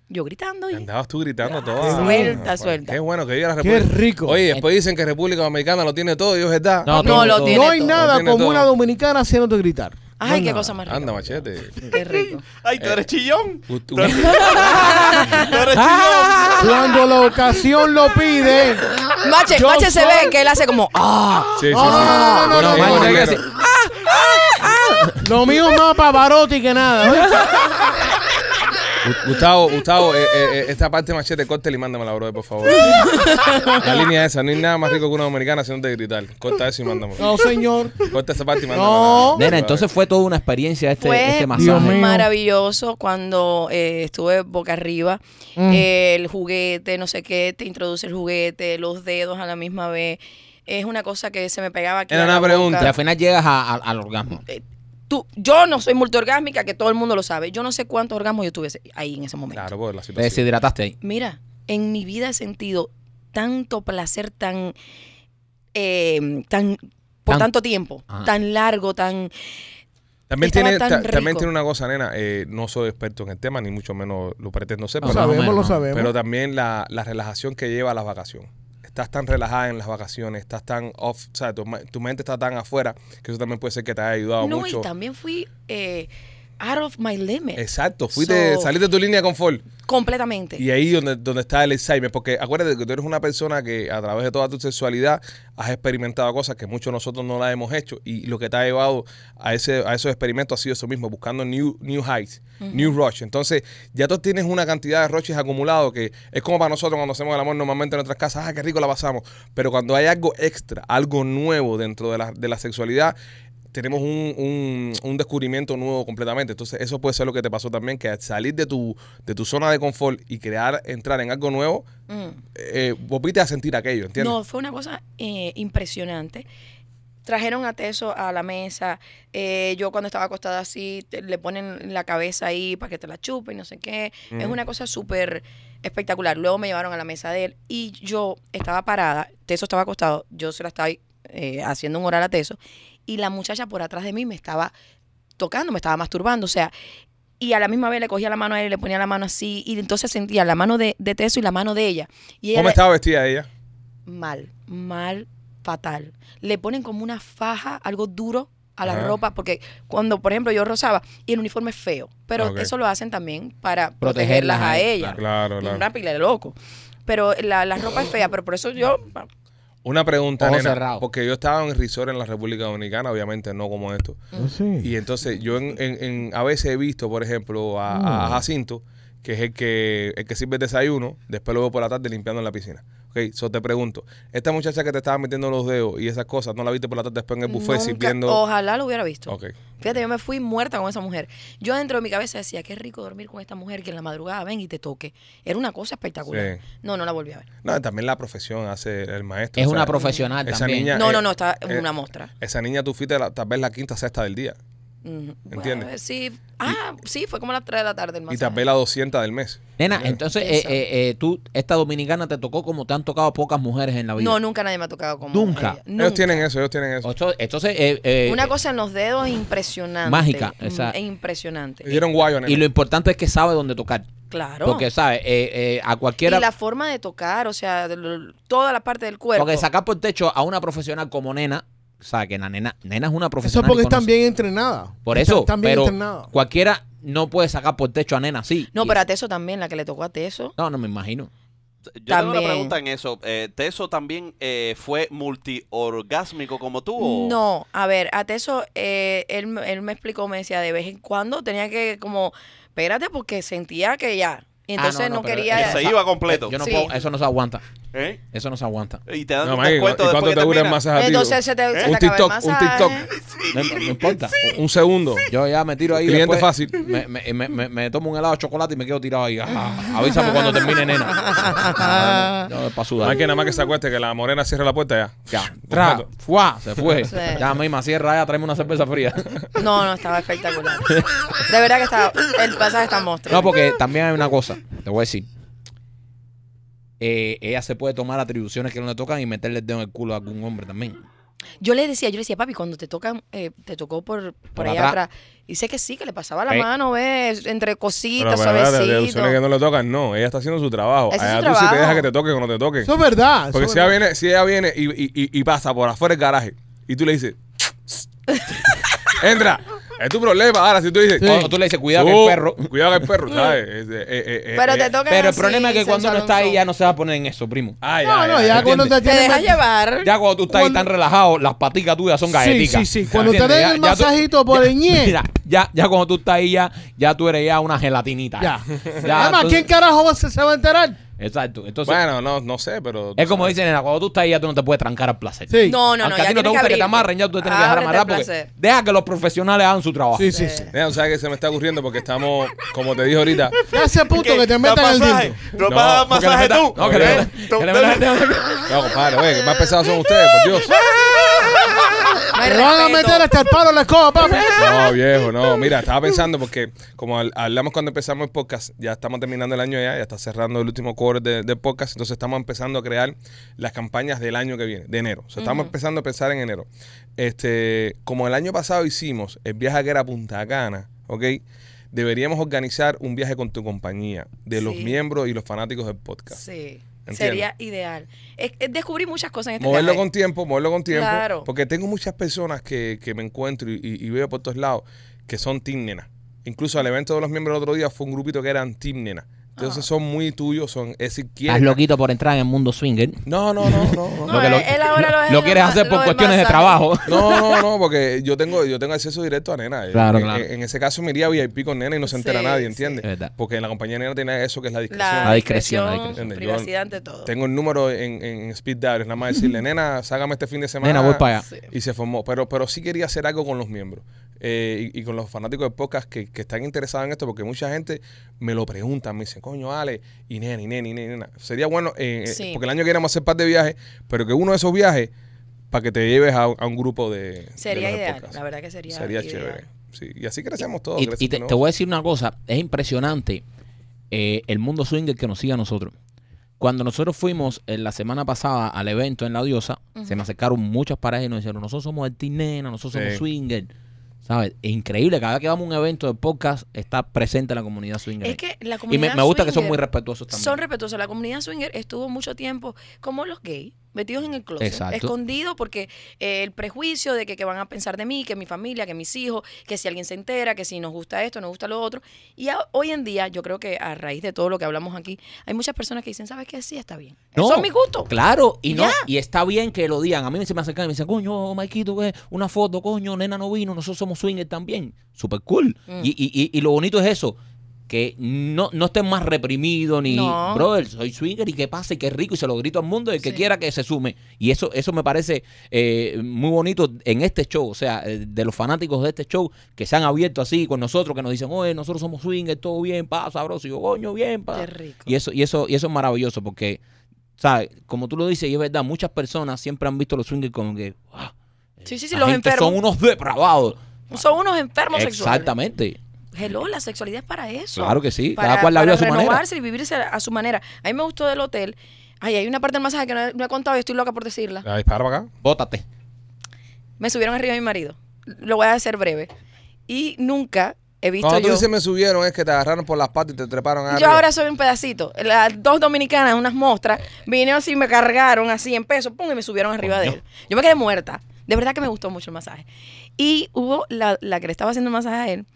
S5: Yo gritando y...
S1: Andabas tú gritando todo. Ah, pues,
S5: Suelta, suelta.
S1: Qué bueno que viva la
S3: Qué
S1: República.
S3: rico.
S1: Oye, después dicen que República Dominicana lo tiene todo y es verdad.
S2: No,
S5: No, lo tiene
S3: no hay
S5: todo.
S1: Lo
S3: nada
S1: tiene
S3: como
S1: todo.
S3: una dominicana haciéndote gritar. No hay
S5: Ay, qué
S3: nada.
S5: cosa más rica.
S1: Anda, machete.
S5: Qué rico.
S4: Ay, tú
S1: Eh.
S4: eres chillón.
S1: U- tú-
S4: Tú eres, tú eres
S5: Ah,
S4: chillón.
S3: Ah, Cuando la ocasión lo pide.
S5: Mache,
S3: Ah, Yo
S5: Mache se
S3: soy-
S5: ve que él hace como, ah,
S1: Sí, sí, sí.
S3: No, no, no, no,
S1: Es
S3: no, no,
S1: negro.
S2: no,
S3: Lo mío es más Pavarotti que nada. ¿oíste?
S1: Gu- Gustavo, Gustavo, eh, eh, eh, esta parte de machete, córtela y mándamela, bro, por favor. La línea esa, no hay nada más rico que una dominicana haciéndote gritar. Corta eso y mándamela.
S3: No, señor.
S1: Corta esa parte y mándamela.
S3: No.
S2: Nena, entonces fue toda una experiencia este,
S5: fue
S2: este
S3: Dios mío.
S2: masaje.
S5: maravilloso cuando eh, estuve boca arriba. Eh,
S3: Mm.
S5: El juguete, no sé qué, te introduce el juguete, los dedos a la misma vez. Es una cosa que se me pegaba aquí.
S1: Era
S5: a la
S1: una
S5: boca.
S1: pregunta.
S2: Y al final llegas a- a- al orgasmo.
S5: Tú, yo no soy multiorgásmica, que todo el mundo lo sabe. Yo no sé cuántos orgasmos yo tuve ese- ahí en ese momento.
S1: Claro, por la
S3: pues
S2: Te
S1: situación.
S2: deshidrataste ahí.
S5: Mira, en mi vida he sentido tanto placer tan, eh, tan por
S2: Tan-
S5: tanto tiempo,
S2: Ajá.
S5: tan largo, tan
S1: También
S5: Estaba
S1: tiene,
S5: tan
S1: ta- también
S5: rico.
S1: tiene una cosa, nena. eh, no soy experto en el tema, ni mucho menos lo pretendo ser,
S2: No
S3: Lo
S1: pero,
S2: sabe.
S3: sabemos,
S2: menos,
S3: lo
S2: ¿no?
S3: sabemos.
S1: pero también la, la relajación que lleva a las vacaciones. Estás tan relajada en las vacaciones, estás tan off, o sea, tu, ma- tu mente está tan afuera que eso también puede ser que te haya ayudado
S5: no
S1: mucho.
S5: y también fui eh, out of my limit
S1: Exacto, fuiste,
S5: So-
S1: saliste de tu línea de confort.
S5: completamente.
S1: Y ahí donde, donde está el Alzheimer, porque acuérdate que tú eres una persona que a través de toda tu sexualidad has experimentado cosas que muchos de nosotros no las hemos hecho y lo que te ha llevado a, ese, a esos experimentos ha sido eso mismo, buscando new, new heights, new rush. Entonces ya tú tienes una cantidad de rushes acumulados que es como para nosotros cuando hacemos el amor normalmente en nuestras casas, ah, qué rico la pasamos, pero cuando hay algo extra, algo nuevo dentro de la, de la sexualidad, tenemos un, un- un descubrimiento nuevo completamente. Entonces, eso puede ser lo que te pasó también, que al salir de tu, de tu zona de confort y crear, entrar en algo nuevo,
S5: Mm.
S1: eh, volviste a sentir aquello, ¿entiendes?
S5: No, fue una cosa eh, impresionante. Trajeron a Teso a la mesa. eh, yo cuando estaba acostada así, te- le ponen la cabeza ahí para que te la chupen, no sé qué. Es
S1: Mm.
S5: una cosa súper espectacular. Luego me llevaron a la mesa de él y yo estaba parada. Teso estaba acostado. Yo se la estaba eh, haciendo un oral a Teso. Y la muchacha por atrás de mí me estaba tocando, me estaba masturbando. O sea, y a la misma vez le cogía la mano a él, le ponía la mano así. Y entonces sentía la mano de, de Teso y la mano de ella. Y
S1: ¿Cómo
S5: ella-
S1: estaba vestida ella?
S5: mal, mal, fatal. Le ponen como una faja, algo duro a la
S1: Ajá.
S5: ropa, porque cuando, por ejemplo, yo rozaba, y el uniforme es feo, pero
S1: Ok.
S5: eso lo hacen también para
S2: Protegerlas
S5: protegerlas,
S2: a
S5: a
S2: ellas,
S5: ellas.
S1: Claro, claro.
S5: Una pila de loco. Pero la, la ropa es fea, pero por eso yo...
S1: Una pregunta,
S2: Ojo
S1: nena,
S2: cerrado.
S1: porque yo estaba en resort en la República Dominicana, obviamente no como esto.
S3: Sí.
S1: Y entonces yo en, en- en- a veces he visto, por ejemplo, a, a Jacinto, que es el que, el que sirve el desayuno, después lo veo por la tarde limpiando en la piscina. Ok, so te pregunto, esta muchacha que te estaba metiendo los dedos y esas cosas, ¿no la viste por la tarde después en el buffet
S5: nunca- Oh.
S1: sirviendo?
S5: Ojalá lo hubiera visto.
S1: Ok.
S5: Fíjate, yo me fui muerta con esa mujer. Yo dentro de mi cabeza decía, qué rico dormir con esta mujer que en la madrugada ven y te toque. Era una cosa espectacular.
S1: Sí.
S5: No, no la volví a ver.
S1: No, también la profesión hace el maestro.
S2: Es
S1: o sea,
S2: una profesional
S1: esa
S2: también.
S1: niña- Ya,
S5: no,
S1: eh,
S5: no, no, está
S1: eh,
S5: una muestra.
S1: Esa niña tú fuiste la- tal vez la quinta sexta del día.
S5: Ujú.
S1: ¿Entiendes?
S5: Bueno, sí. Ah, sí, fue como a las 3 de la tarde el
S1: Y
S5: masaje.
S1: tapé la 200 del mes.
S2: Nena, entonces eh,
S5: Exacto.
S2: eh, eh, tú, esta dominicana te tocó como te han tocado pocas mujeres en la vida.
S5: No, nunca nadie me ha tocado como
S2: Nunca.
S5: ella.
S1: Ellos tienen eso, ellos tienen eso.
S2: Esto- Entonces, eh, eh,
S5: Una cosa en los dedos impresionante.
S2: Mágica,
S5: Mm,
S2: esa-
S5: Es impresionante.
S1: Le dieron guayo, nena.
S2: y lo importante es que sabe dónde tocar.
S5: claro.
S2: Porque, ¿sabes? Eh, eh, a
S5: y
S2: cualquiera.
S5: la forma de tocar, o sea, de lo- toda la parte del cuerpo.
S2: Porque sacar por techo a una profesional como nena, o sea, que la nena, nena es una
S3: Eso
S2: profesional.
S3: es porque
S2: y conoce-
S3: están bien entrenadas.
S2: Por
S3: Están-
S2: eso,
S3: Están bien
S2: pero
S3: entrenadas.
S2: cualquiera no puede sacar por techo a nena así.
S5: No,
S2: Y-
S5: pero a Teso también, la que le tocó a Teso.
S2: No, no me imagino.
S4: Yo tengo
S5: También.
S4: una pregunta en eso. Eh, ¿Teso también eh, fue multiorgásmico como tú?
S1: Oh.
S4: o-
S5: No, a ver, a Teso, eh, él, él me explicó, me decía, de vez en cuando tenía que como, espérate, porque sentía que ya. Y entonces
S2: Ah,
S5: no,
S2: pero
S5: quería...
S4: Que
S2: esa-
S4: se iba completo.
S1: Eh,
S2: Yo no
S5: Sí.
S2: puedo, eso no se aguanta.
S4: ¿Eh?
S2: Eso no se aguanta.
S4: Y te dan
S1: No,
S4: un
S1: Maggie, ¿y
S4: descuento después
S1: cuánto
S4: que
S1: te dura el
S4: termina.
S1: masaje a ti?
S5: Entonces se te, se te
S1: Un
S5: acaba el
S1: TikTok, un
S5: masaje.
S1: TikTok.
S2: No, no- no importa.
S1: Un segundo.
S2: Yo ya me tiro ahí.
S1: Cliente
S2: después
S1: fácil.
S2: Me, me- me- me- me tomo un helado de chocolate y me quedo tirado ahí. Ah, avísame cuando termine, nena. No, es para
S1: No hay
S2: sudar.
S1: que nada más que se acueste, que la morena cierra la puerta ya.
S2: Ya, tra, fuá, se fue.
S5: Sí.
S2: Ya misma cierra, ya tráeme una cerveza fría.
S5: No, no, estaba espectacular. De verdad que estaba, el pasaje está monstruo.
S2: No, porque también hay una cosa, te voy a decir. Eh, ella se puede tomar atribuciones que no le tocan y meterle el dedo en el culo a algún hombre también.
S5: Yo le decía, yo le decía, papi, cuando te tocan, eh, te tocó por, por,
S2: Por
S5: allá
S2: atrás.
S5: atrás. Y sé que sí, que le pasaba la
S2: Eh.
S5: mano, ¿ves? Entre
S1: Pero,
S5: cositas,
S1: pero, pero, las
S5: suavecito.
S1: deducciones que no le tocan, no. Ella está haciendo su trabajo.
S5: Ese es
S1: Allá
S5: su
S1: tú sí te
S5: trabajo.
S1: dejas que te toquen o no te toquen.
S3: Eso es verdad. eso
S1: Porque
S3: es
S1: si ella
S3: verdad.
S1: viene, si ella viene y, y- y- y pasa por afuera del garaje y tú le dices, entra, es tu problema. Ahora, si tú dices,
S2: O, o tú le dices, cuidado que el
S1: "Tú,
S2: perro.
S1: Cuidado que el perro, ¿sabes? Es- eh, eh, eh,
S5: Mm. Pero
S1: eh,
S5: te tocan
S2: Pero
S3: Ah,
S2: el
S5: así,
S2: problema es que cuando uno está ahí ya
S5: sensualonzo.
S2: no se va a poner en eso, primo.
S1: Ay,
S3: No,
S1: ay,
S3: no,
S1: ay,
S3: ya
S1: ay.
S3: cuando te
S5: Te
S3: tienen
S5: dejas
S3: mal-
S5: llevar.
S2: Ya cuando tú estás ahí
S3: Cuando-
S2: tan relajado, las paticas tuyas son galletitas.
S3: Sí, sí, sí. Cuando te
S2: ¿Entiendes?
S3: den el
S2: Ya- ya tú-
S3: masajito por el ñe.
S2: Mira, ya, ya cuando tú estás ahí, ya, ya tú eres ya una gelatinita.
S3: Ya.
S2: Ya,
S3: Además,
S2: entonces-
S3: ¿quién carajo va a- se, se va a enterar?
S2: Exacto. Entonces,
S1: Bueno, no, no sé, pero.
S2: es como dicen, nena, cuando tú estás ahí, ya tú no te puedes trancar al placer.
S3: Sí.
S5: No, no, no.
S2: Aunque
S5: ya
S2: a ti no
S5: tienes
S2: te gusta que te
S5: abrirte.
S2: amarren, ya tú te tienes que dejar
S5: Ábrete al
S2: amarrar porque
S5: Ah, placer.
S2: deja que los profesionales hagan su trabajo.
S3: Sí, sí, sí.
S5: Eh,
S1: Mira, o sea que se me está ocurriendo porque estamos, como te dije ahorita,
S3: Ya ese punto que te metan el
S4: masaje?
S3: dildo.
S4: ¿No
S1: No,
S4: vas a dar
S1: porque
S4: masaje
S1: le
S4: tú?
S1: metan-
S2: No, que le
S1: ¿Eh?
S2: metan- que le metan-
S1: No, compadre, oye, que más pesados son ustedes, por Dios.
S5: No hay
S3: Te van a
S5: respeto.
S3: meter hasta el palo en la escoba, papi.
S1: No, viejo, no. Mira, estaba pensando porque, como al- hablamos cuando empezamos el podcast, ya estamos terminando el año ya, ya está cerrando el último core de- del podcast, entonces estamos empezando a crear las campañas del año que viene, de enero. O sea, estamos empezando a pensar en enero. Este, como el año pasado hicimos el viaje que era a Punta Cana, ¿ok? Deberíamos organizar un viaje con tu compañía, de los
S5: Sí.
S1: miembros y los fanáticos del podcast.
S5: Sí.
S1: Entiendo.
S5: Sería ideal. Es- es- descubrí muchas cosas en este
S1: Moverlo
S5: viaje.
S1: con tiempo, moverlo con tiempo.
S5: Claro.
S1: Porque tengo muchas personas que, que me encuentro y, y- y veo por todos lados que son team nena. Incluso al evento de los miembros el otro día fue un grupito que eran team nena.
S5: Ah.
S1: Entonces son muy tuyos, son, es decir,
S2: Estás
S1: quieren.
S2: loquito por entrar en el mundo swinger.
S1: No, no, no, no. no.
S5: No, eh,
S2: Lo que lo-
S5: él, él ahora lo, es
S2: Lo
S5: el
S2: quieres
S5: ma-
S2: hacer por
S5: lo del
S2: cuestiones de
S5: masaje.
S2: trabajo.
S1: No, no, no, porque yo tengo, yo tengo acceso directo a nena. Eh,
S2: Claro,
S1: en,
S2: claro. Eh.
S1: En, en ese caso me iría VIP con nena y no se entera
S5: Sí,
S1: nadie,
S5: sí.
S1: ¿entiendes?
S2: Es verdad.
S1: Porque en la compañía nena tiene eso que es la discreción.
S5: La,
S2: La Ah, discreción,
S5: discreción,
S2: la
S5: la
S2: discreción.
S5: privacidad ante todo.
S1: Tengo el número en, en en Speed Dial, es nada más decirle, nena, ságame este fin de semana.
S2: Nena, voy para allá.
S5: Sí.
S1: Y se formó. Pero, pero sí quería hacer algo con los miembros eh, y, y con los fanáticos de podcast que, que están interesados en esto, porque mucha gente me lo pregunta, me dice, coño, Ale, y nena, y nena, y nena. y nena". Sería bueno, eh, eh,
S5: Sí.
S1: porque el año que queremos hacer par de viajes, pero que uno de esos viajes para que te lleves a, a un grupo de. de
S5: Sería
S1: los de
S5: ideal,
S1: podcast.
S5: la verdad que sería
S1: Sería
S5: ideal.
S1: chévere. Sí. Y así crecemos todos.
S2: Y, y
S1: crecemos
S2: te,
S1: todos.
S2: te voy a decir una cosa, es impresionante eh, el mundo swinger que nos sigue a nosotros. Cuando nosotros fuimos en la semana pasada al evento en La Diosa, se me acercaron muchas parejas y nos dijeron, nosotros somos el Team Nena, nosotros somos
S1: Sí.
S2: swinger. ¿Sabes? Es increíble, cada vez que vamos a un evento de podcast está presente la comunidad swinger.
S5: Es que la
S2: y
S5: comunidad
S2: me, me gusta que son muy
S5: swinger-
S2: respetuosos también.
S5: Son respetuosos. La comunidad swinger estuvo mucho tiempo como los gays, metidos en el closet,
S2: Exacto.
S5: escondidos porque eh, el prejuicio de que, que van a pensar de mí, que mi familia, que mis hijos, que si alguien se entera, que si nos gusta esto, nos gusta lo otro. Y a- hoy en día, yo creo que a raíz de todo lo que hablamos aquí, hay muchas personas que dicen, ¿sabes qué? Sí, está bien.
S2: No,
S5: Son mis gustos.
S2: Claro, y no,
S5: Ya.
S2: y está bien que lo digan. A mí se me acercan y me dicen, coño, Maikito, ¿qué? una foto, coño, nena no vino, nosotros somos swingers también. Super cool.
S5: Mm.
S2: Y, y- y- y lo bonito es eso, que no, no estén más reprimidos ni,
S5: No.
S2: brother, soy swinger y qué pasa y qué rico y se lo grito al mundo y el que
S5: Sí.
S2: quiera que se sume. Y eso, eso me parece eh, muy bonito en este show, o sea, eh, de los fanáticos de este show que se han abierto así con nosotros, que nos dicen, oye, nosotros somos swingers, todo bien, pa, sabroso. Y yo, coño, bien, pa.
S5: Qué rico.
S2: Y eso, y eso, y eso es maravilloso porque, ¿sabes? Como tú lo dices, y es verdad, muchas personas siempre han visto los swingers como que, "Ah,
S5: Sí, sí, sí,
S2: esa
S5: los
S2: gente
S5: enfermos.
S2: son unos depravados.
S5: Son unos enfermos sexuales.
S2: Exactamente.
S5: Hello, la sexualidad es para eso.
S2: Claro que sí,
S5: Para,
S2: cada cual la vive
S5: para
S2: a su manera.
S5: renovarse y vivirse a, a su manera. A mí me gustó del hotel. Ay, hay una parte del masaje que no he, no he contado y estoy loca por decirla.
S1: Ah, dispara para acá.
S2: Bótate.
S5: Me subieron arriba de mi marido. Lo voy a hacer breve. Y nunca he visto
S1: Cuando tú
S5: yo...
S1: dices me subieron es que te agarraron por las patas y te treparon
S5: Yo
S1: arriba.
S5: ahora soy un pedacito. Las dos dominicanas, unas mostras, vinieron así, me cargaron así en peso, pum, y me subieron arriba de él. Yo me quedé muerta. De verdad que me gustó mucho el masaje. Y hubo la, la que le estaba haciendo el masaje a él,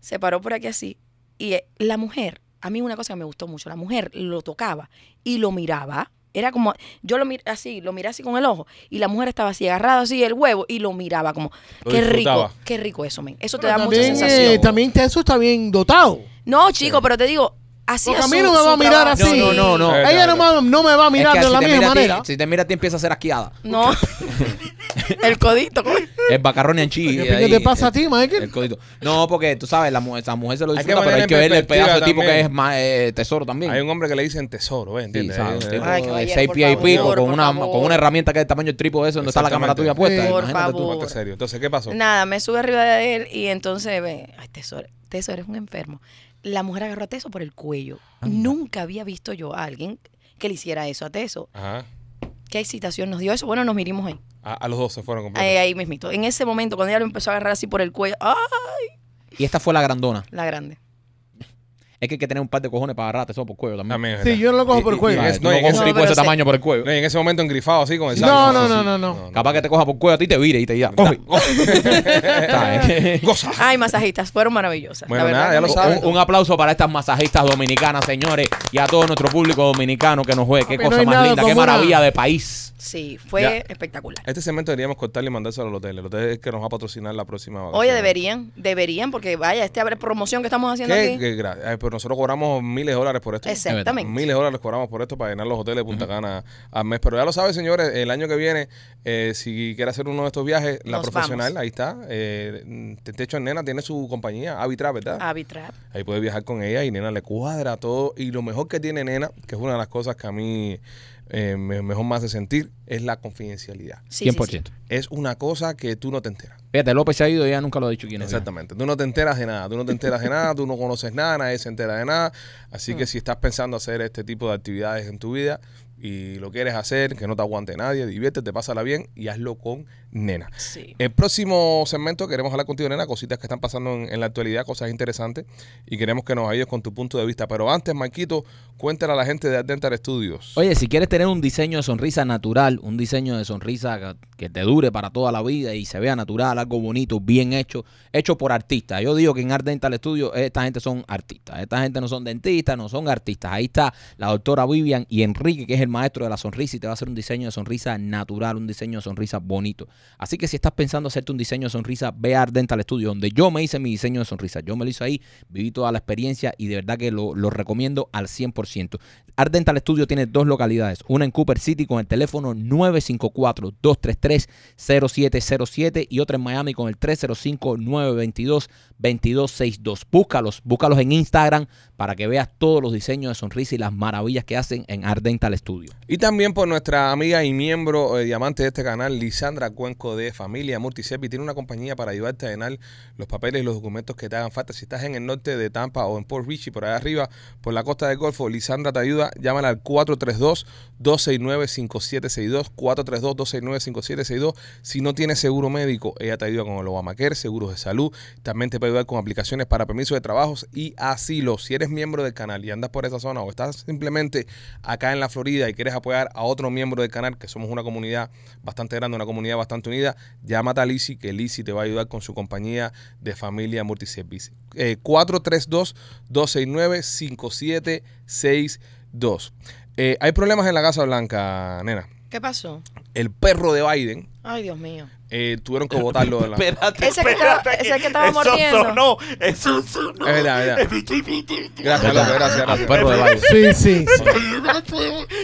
S5: se paró por aquí así. Y eh, la mujer, a mí una cosa que me gustó mucho, la mujer lo tocaba y lo miraba. Era como, yo lo miré así, lo miré así con el ojo. Y la mujer estaba así, agarrada así el huevo y lo miraba como,
S1: Lo
S5: qué
S1: disfrutaba.
S5: rico, qué rico eso, men. Eso te da mucha
S3: también, eh,
S5: sensación.
S3: también te- eso está bien dotado.
S5: No, chico, pero te digo, así
S3: Porque
S5: es
S3: a mí
S5: su-
S3: no me
S5: su
S3: va a mirar
S5: trabajo.
S3: así.
S2: No, no, no.
S3: Ella no, me- no me va a mirar
S2: Es que
S3: de
S2: si
S3: la
S2: te
S3: misma
S2: mira a ti-
S3: manera.
S2: si te mira a ti empieza a ser asqueada.
S5: No. el codito. ¿cómo es?
S2: El bacarrón en chi.
S3: ¿Qué
S2: ahí,
S3: coño te pasa a ti,
S2: el-
S3: Michael?
S2: el codito. No, porque tú sabes, la, mu- esa mujer se lo
S1: Hay que
S2: disfruta, pero hay
S1: poner
S2: que
S1: en
S2: ver el pedazo de
S1: perspectiva
S2: tipo que
S1: también.
S2: es más eh, tesoro también.
S1: Hay un hombre que le dicen tesoro, ¿eh?
S2: Sí,
S1: ¿entiendes?
S2: ¿sabes?
S1: Eh,
S2: Un tipo
S5: Ay,
S2: de
S5: caballero,
S2: 6
S5: por
S2: pies y
S5: favor,
S2: pico con
S5: por
S2: una,
S5: favor.
S2: con una herramienta que es el tamaño del trípode de eso, donde está la cámara tuya puesta.
S3: Exactamente.
S5: Por
S2: imagínate tú.
S5: favor.
S1: Ponte serio. Entonces, ¿qué pasó?
S5: Nada, me sube arriba de él y entonces ve, ay, tesoro, tesoro es un enfermo. La mujer agarró a Teso por el cuello.
S1: Ah.
S5: Nunca había visto yo a alguien que le hiciera eso a Teso.
S1: Ajá.
S5: ¿Qué excitación nos dio eso? Bueno, nos mirimos ahí.
S1: A, a los dos se fueron completos.
S5: Ahí, ahí mismito. En ese momento, cuando ella lo empezó a agarrar así por el cuello, ¡ah!
S2: Y esta fue la grandona.
S5: La grande.
S2: Es que hay que tener un par de cojones para agarrarte eso por el cuello también.
S1: También, ¿verdad?
S3: Sí, yo no lo cojo por el cuello.
S1: y-
S2: Sabes,
S1: es-
S2: tú
S1: no,
S2: No,
S1: y-
S2: coges
S5: no,
S2: un tipo de
S5: pero
S2: ese
S5: sé-
S2: tamaño por el cuello.
S1: No, y en ese momento engrifado así con el
S3: No,
S1: saco.
S3: no,
S1: Sí, sí,
S3: no, no,
S1: sí.
S3: no.
S2: Capaz que te coja por cuello a ti y te vire y te diga. "Coge".
S3: ¿eh?
S2: ¿Sabes?
S1: Goza.
S5: Ay, masajistas, fueron maravillosas.
S1: Bueno,
S5: la verdad, Oh,
S1: nada, ya lo
S5: me-
S1: sabes.
S2: Un, un aplauso para estas masajistas dominicanas, señores, y a todo nuestro público dominicano que nos juegue. Qué
S3: Papi,
S2: cosa
S3: no hay
S2: más
S3: nada
S2: linda, qué
S3: como una-
S2: maravilla de país.
S5: Sí, fue
S1: Ya.
S5: espectacular.
S1: Este segmento deberíamos cortarle y mandárselo al hotel. El hotel es el que nos va a patrocinar la próxima vacación.
S5: Oye, deberían, deberían, porque vaya, esta abre promoción que estamos haciendo
S1: ¿Qué?
S5: aquí.
S1: ¿Qué gra- Ay, pero nosotros cobramos miles de dólares por esto.
S5: Exactamente.
S1: Miles de dólares cobramos por esto para llenar los hoteles de Punta Cana al mes. Pero ya lo sabes, señores, el año que viene, eh, si quiere hacer uno de estos viajes, la
S5: Nos
S1: profesional,
S5: vamos.
S1: ahí está. Eh, te- de hecho, Nena tiene su compañía, Avitra,
S5: Ah,
S1: ¿verdad?
S5: Avitra.
S1: Ahí puede viajar con ella y Nena le cuadra todo. Y lo mejor que tiene Nena, que es una de las cosas que a mí eh, me- mejor me hace sentir, es la confidencialidad.
S5: Sí, sí,
S2: 100%.
S5: sí.
S1: Es una cosa que tú no te enteras.
S2: Fíjate, López se ha ido y ella nunca lo ha dicho quién es.
S1: Exactamente. Tú no te enteras de nada. Tú no te enteras de nada. Tú no conoces nada. Nadie se entera de nada. Así que si estás pensando hacer este tipo de actividades en tu vida y lo quieres hacer, que no te aguante nadie, diviértete, pásala bien y hazlo con nena.
S5: Sí.
S1: El próximo segmento queremos hablar contigo, nena, cositas que están pasando en, en la actualidad, cosas interesantes y queremos que nos ayudes con tu punto de vista. Pero antes, Marquito, cuéntale a la gente de Art Dental Studios.
S2: Oye, si quieres tener un diseño de sonrisa natural, un diseño de sonrisa que- que te dure para toda la vida y se vea natural, algo bonito, bien hecho, hecho por artistas. Yo digo que en Art Dental Studio eh, esta gente son artistas. Esta gente no son dentistas, no son artistas. Ahí está la doctora Vivian y Enrique, que es el maestro de la sonrisa y te va a hacer un diseño de sonrisa natural, un diseño de sonrisa bonito. Así que si estás pensando hacerte un diseño de sonrisa, ve a Art Dental Studio, donde yo me hice mi diseño de sonrisa. Yo me lo hice ahí, viví toda la experiencia y de verdad que lo, lo recomiendo al 100%. Art Dental Studio tiene dos localidades, una en Cooper City con el teléfono 954-233-0707 y otra en Miami con el 305-922-2262. Búscalos, búscalos en Instagram para que veas todos los diseños de sonrisa y las maravillas que hacen en Art Dental Studio.
S1: Y también por nuestra amiga y miembro eh, diamante de este canal, Lisandra Cuenco de Familia Multiservi. Tiene una compañía para ayudarte a llenar los papeles y los documentos que te hagan falta. Si estás en el norte de Tampa o en Port Richie, por allá arriba, por la costa del Golfo, Lisandra te ayuda. Llámala al 432-269-5762. 432-269-5762. Si no tienes seguro médico, ella te ayuda con el Obamacare, seguros de salud. También te puede ayudar con aplicaciones para permisos de trabajos y asilo. Si eres miembro del canal y andas por esa zona o estás simplemente acá en la Florida y quieres apoyar a otro miembro del canal, que somos una comunidad bastante grande, una comunidad bastante unida, llámate a Lisi, que Lisi te va a ayudar con su compañía de familia multiservice. Eh, 432-269-5762. Eh, hay problemas en la Casa Blanca, nena.
S5: ¿Qué pasó?
S1: El perro de Biden
S5: Ay, Dios mío.
S1: eh, tuvieron que votarlo de la...
S4: Espérate,
S5: Ese que
S4: espérate.
S5: estaba- ese que estaba
S4: eso
S5: mordiendo.
S4: sonó, eso sonó.
S1: Es verdad, es Gracias, López, gracias,
S2: Al
S1: gracias.
S2: perro de Biden.
S3: Sí, sí.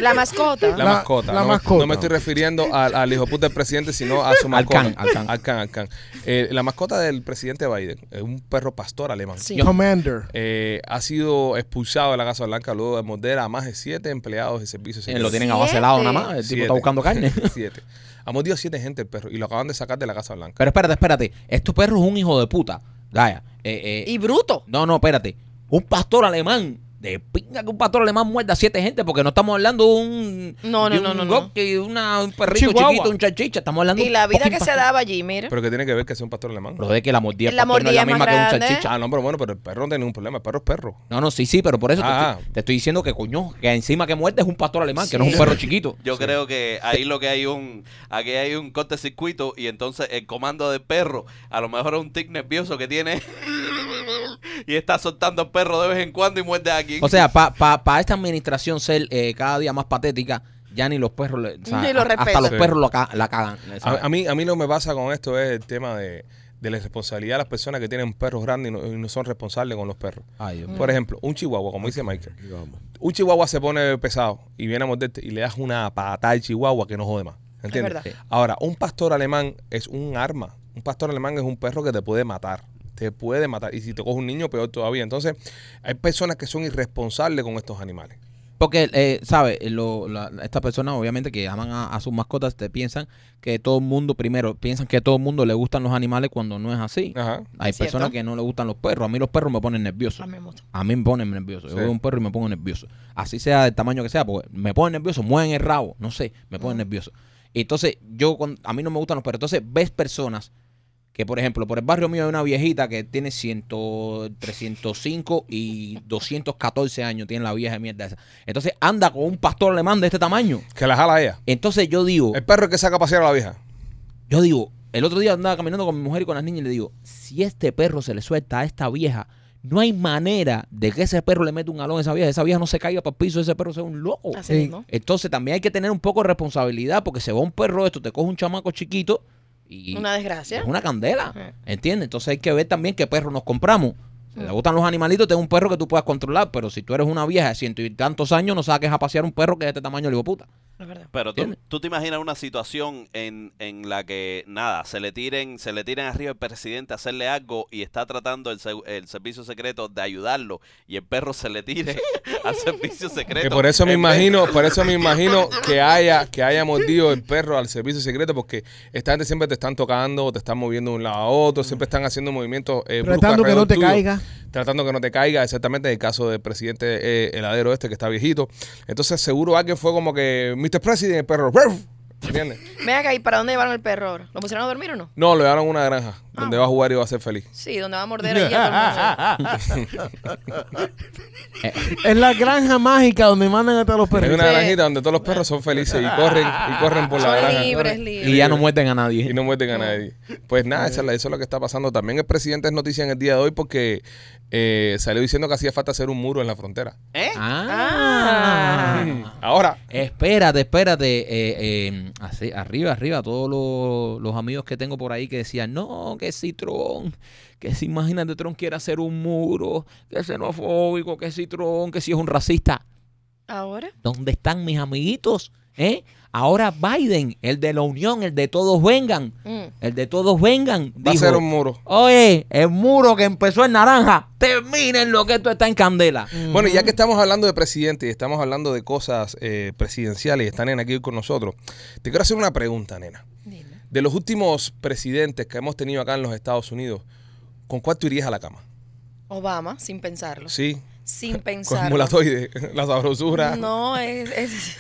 S5: La mascota.
S1: La,
S3: La-
S1: mascota.
S3: la
S1: no,
S3: mascota.
S1: no me estoy refiriendo al, al hijo puta del presidente, sino a su mascota.
S2: can, al can.
S1: can, al can. Eh, la mascota del presidente Biden es un perro pastor alemán.
S5: Sí.
S3: Commander.
S1: Eh, ha sido expulsado de la Casa Blanca luego de morder a más de siete empleados de servicios.
S2: Eh, Lo tienen
S5: Siete.
S2: abacelado nada más, el tipo
S1: Siete.
S2: está buscando carne.
S1: siete. Ha mordido a siete gente el perro y lo acaban de puedes sacar de la Casa Blanca.
S2: Pero espérate, espérate. Este perro es un hijo de puta. Vaya. eh, eh,
S5: Y bruto.
S2: No, no, espérate. Un pastor alemán. De pinga que un pastor alemán muerda a siete gente porque no estamos hablando de un.
S5: No, no,
S2: de un
S5: no, no, no.
S2: goqui, una- un perrito
S1: Chihuahua.
S2: chiquito, un chachicha. Estamos hablando
S5: Y la vida que se
S2: da
S5: daba allí, mira.
S1: Pero que tiene que ver que sea un pastor alemán.
S2: Pero de que la mordida del
S5: La
S2: pastor no es la
S5: mordida es
S2: misma
S5: más
S2: que un
S5: grande.
S2: chachicha.
S1: Ah, no, pero bueno, pero el perro no tiene ningún problema. El perro es perro.
S2: No, no, sí, sí, pero por eso te
S1: Ah.
S2: estoy- te, estoy diciendo que coño, que encima que muerde es un pastor alemán, que no es un
S5: Sí.
S2: perro chiquito.
S4: Yo creo que ahí lo que hay un, aquí hay un cortecircuito y entonces el comando del perro, a lo mejor es un tic nervioso que tiene y está soltando al perro de vez en cuando y muerde a alguien.
S2: O sea, para esta administración ser eh, cada día más patética, ya ni los perros, le- o sea,
S5: Ni los
S2: hasta- hasta
S5: respetan.
S2: los
S1: Sí.
S2: perros lo ca- la cagan. ¿sabes?
S1: A, a mí, a mí lo que me pasa con esto es el tema de, de la irresponsabilidad de las personas que tienen perros grandes y no, y no son responsables con los perros.
S2: Ay, Dios mío.
S1: Por ejemplo, un chihuahua, como dice Michael.
S3: Aquí vamos.
S1: Un chihuahua se pone pesado y viene a morderte y le das una patada al chihuahua que no jode más. ¿Entiendes?
S5: verdad. Sí.
S1: Ahora, un pastor alemán es un arma. Un pastor alemán es un perro que te puede matar. Te puede matar. Y si te coge un niño, peor todavía. Entonces, hay personas que son irresponsables con estos animales.
S2: Porque, eh, ¿sabes? Lo- la- Estas personas, obviamente, que aman a, a sus mascotas, te piensan que todo el mundo, primero, piensan que a todo el mundo le gustan los animales cuando no es así.
S1: Ajá.
S2: Hay
S5: Ah, Es cierto.
S2: personas que no le gustan los perros. A mí los perros me ponen nervioso.
S5: A mí me gusta.
S2: A mí me ponen nervioso. Yo
S1: Sí.
S2: veo un perro y me pongo nervioso. Así sea del tamaño que sea, porque me ponen nervioso, mueven el rabo, no sé, me ponen nervioso. Y entonces, yo, con- a mí no me gustan los perros. Entonces, ves personas que, por ejemplo, por el barrio mío hay una viejita que tiene 100, 305 y 214 años, tiene la vieja mierda esa. Entonces, anda con un pastor alemán de este tamaño.
S1: Que la jala ella.
S2: Entonces, yo digo,
S1: El perro es que saca a pasear a la vieja.
S2: yo digo, el otro día andaba caminando con mi mujer y con las niñas y le digo, si este perro se le suelta a esta vieja, no hay manera de que ese perro le meta un galón a esa vieja, esa vieja no se caiga para el piso, ese perro sea un loco.
S5: Así
S3: Sí.
S5: mismo.
S2: Entonces también hay que tener un poco de responsabilidad porque se va un perro esto, te coge un chamaco chiquito y
S5: Una desgracia.
S2: es una candela,
S5: Ajá.
S2: ¿entiendes? Entonces hay que ver también qué perro nos compramos. Si te gustan los animalitos, ten un perro que tú puedas controlar, pero si tú eres una vieja de ciento y tantos años, no saques a pasear un perro que es de este tamaño, le digo puta.
S5: Es verdad.
S4: Pero tú,
S2: ¿Entiendes?
S4: tú te imaginas una situación en, en la que nada, se le tiren, se le tiren arriba el presidente a hacerle algo y está tratando el, seu- el servicio secreto de ayudarlo y el perro se le tire al servicio secreto.
S1: Que por eso me
S4: en vez-
S1: imagino, por eso me imagino que haya, que haya mordido el perro al servicio secreto, porque esta gente siempre te están tocando, te están moviendo de un lado a otro, siempre están haciendo movimientos eh, bruscos
S3: Tratando que no
S1: alrededor
S3: te
S1: tuyo.
S3: caiga.
S1: Tratando que no te caiga, exactamente el caso del presidente eh, heladero este que está viejito. Entonces seguro alguien fue como que, Mr. President, el perro, ¡ruf! ¿entiendes?
S5: Ven acá, ¿y para dónde llevaron el perro ahora? ¿Lo pusieron a dormir o no?
S1: No, lo llevaron a una granja, donde va a jugar y va a ser feliz.
S5: Sí, donde va a morder
S2: Ah,
S5: ahí a
S3: Es la granja mágica donde mandan hasta los
S1: Hay
S3: perritos.
S1: una granjita donde todos los perros son felices y corren, y corren por
S5: todo el mundo.
S1: la granja.
S5: Son libres, libres.
S2: Y ya no muerden a nadie.
S1: Eh, y no muerden a nadie. Pues nada, esa es la- eso es lo que está pasando. También el presidente es noticia en el día de hoy porque eh, salió diciendo que hacía falta hacer un muro en la frontera.
S4: ¿Eh?
S2: Ah.
S1: Ahora,
S2: Espérate, espérate. eh, eh, así, arriba, arriba, todos los, los amigos que tengo por ahí que decían, no, que si Tron, que si imagínate Tron quiere hacer un muro, que es xenofóbico, que si Tron, que si es un racista.
S5: Ahora.
S2: ¿Dónde están mis amiguitos? ¿Eh? Ahora Biden, el de la unión, el de todos vengan,
S5: Mm.
S2: el de todos vengan.
S1: va a
S2: dijo,
S1: ser un muro.
S2: Oye, el muro que empezó en naranja, terminen lo que esto está en candela.
S1: Bueno, ya que estamos hablando de presidente y estamos hablando de cosas eh, presidenciales y está nena aquí con nosotros, te quiero hacer una pregunta, nena.
S5: Dime.
S1: De los últimos presidentes que hemos tenido acá en los Estados Unidos, ¿con cuál tú irías a la cama?
S5: Obama, sin pensarlo.
S1: Sí,
S5: Sin
S1: con
S5: pensarlo.
S1: mulatoide, la sabrosura.
S5: No, es, es-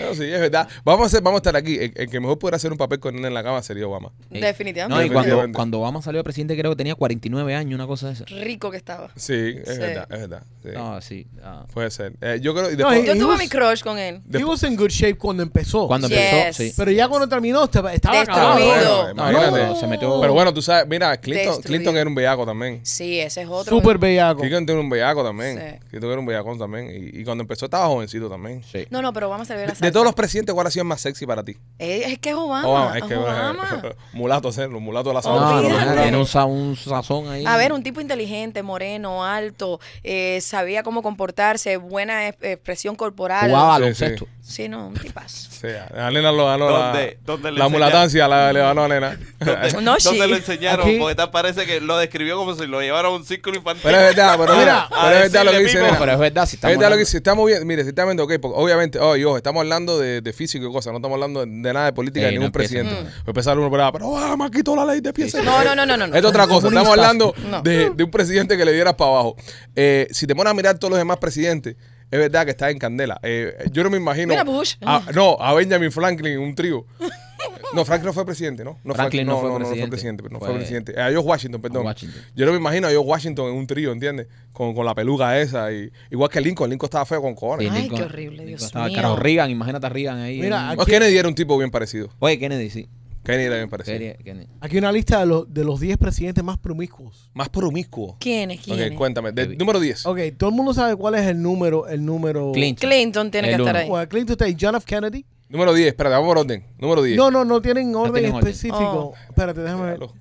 S1: No, sí, es verdad. Vamos a, hacer- vamos a estar aquí. El, el que mejor pudiera hacer un papel con nena en la cama sería Obama.
S2: Eh,
S5: Definitivamente.
S2: No, y cuando,
S1: Definitivamente.
S2: cuando Obama salió de presidente, creo que tenía 49 años, una cosa de esa.
S5: rico que estaba.
S1: Sí, es
S5: Sí.
S1: verdad, es verdad. sí.
S2: No, sí. ah.
S1: Puede ser. Eh, yo creo. y
S3: No,
S1: después-
S5: Yo
S3: y-
S5: tuve
S3: y-
S5: mi crush con él.
S1: de-
S3: He was in good shape cuando empezó.
S2: Cuando
S5: Yes.
S2: empezó, sí.
S3: Pero ya cuando terminó estaba, estaba
S5: Destruido.
S3: acabado.
S1: Ah, bueno,
S2: No, no,
S1: imagínate.
S2: no, se metió.
S1: Pero bueno, tú sabes, mira, Clinton,
S5: Destruido.
S1: Clinton era un bellaco también.
S5: Sí, ese es otro.
S3: Súper bellaco.
S1: Clinton era un bellaco también.
S5: Sí.
S1: Clinton era un bellacón también. Y, y cuando empezó estaba jovencito también.
S2: Sí.
S5: No, no, pero Obama se le ve la
S1: De,
S5: salsa.
S1: de todos los presidentes, ¿cuál ha sido el más sexy para ti?
S5: Eh, Es, que es
S2: Ah,
S5: Obama.
S1: Obama,
S5: es
S1: es que
S5: Obama.
S1: mulato, ¿sí? los mulatos de la
S2: No,
S5: No,
S2: no,
S1: sabana.
S2: no,
S5: Olvídate.
S2: tiene un, sa- un sazón ahí.
S5: A ver, un tipo inteligente, moreno, alto, eh, sabía cómo comportarse, buena ex- expresión corporal.
S2: jugaba
S1: Sí,
S2: baloncesto.
S1: sí.
S5: Sí, no, un tipazo.
S1: Sí, a la nena lo ganó
S4: ¿Dónde?
S1: la,
S4: ¿Dónde le
S1: la
S4: enseñaron?
S1: mulatancia, la, le ganó a la nena.
S4: ¿Dónde,
S5: No,
S4: dónde
S5: sí.
S4: lo enseñaron?
S3: Aquí-
S4: Porque tal parece que lo describió como si lo llevara a un círculo infantil.
S1: Pero es verdad, pero mira,
S4: a
S1: pero es verdad lo que
S4: decirle,
S1: dice
S4: Pipo,
S1: nena.
S2: Pero es verdad, si
S1: Ahí
S2: estamos
S1: está lo
S2: hablando-
S1: que dice, estamos bien, mire, si está viendo, ok, porque obviamente, oye, ojo, estamos hablando de, de físico y cosas, no estamos hablando de, de nada de política
S2: Sí,
S1: de
S2: no
S1: ningún
S2: empieza.
S1: presidente. Va a empezar uno por ahí, pero "Ah, Obama quitó la ley de pies.
S2: Sí, sí.
S5: Mm. No, no, no, no, no, no.
S1: Es otra cosa, estamos hablando
S5: No.
S1: de, de un presidente que le diera para abajo. Eh, si te pones a mirar todos los demás presidentes, es verdad que está en candela. Eh, yo no me imagino.
S5: Mira, Bush.
S1: a- no, a Benjamin Franklin, un trío. No, Franklin no fue presidente, ¿no? no
S2: Franklin no fue
S1: no fue
S2: presidente.
S1: presidente. No fue,
S2: Fue-
S1: presidente. Eh, a George Washington, perdón.
S2: Washington.
S1: Yo no me imagino a George Washington en un trío, ¿entiendes? Con, con la peluca esa. Y, igual que Lincoln. Lincoln estaba feo con
S2: Sí,
S1: cojones.
S5: Ay,
S2: Lincoln-
S5: qué horrible, Dios
S2: estaba
S5: mío.
S2: Carlos Reagan, imagínate a Reagan ahí.
S3: Mira,
S2: en-
S3: aquí-
S1: O Kennedy era un tipo bien parecido.
S2: Oye, Kennedy, sí.
S1: Kennedy era bien parecido.
S2: Kennedy- Kennedy.
S3: Aquí hay una lista de, los de los 10 presidentes más promiscuos.
S1: Más promiscuo.
S5: ¿Quiénes? ¿Quiénes?
S1: Ok, cuéntame. Del
S2: Kennedy.
S1: número 10.
S3: Ok, todo el mundo sabe cuál es el número. El número.
S2: Clinton.
S5: Clinton tiene
S2: El
S5: que estar
S2: uno.
S5: ahí.
S3: Bueno, Clinton está ahí. John F. Kennedy.
S1: Número 10. Espérate, vamos por orden. Número 10.
S3: No, no, no tienen orden
S2: tienen orden.
S3: específico.
S5: Oh.
S3: Espérate, déjame ver.
S1: Créalo,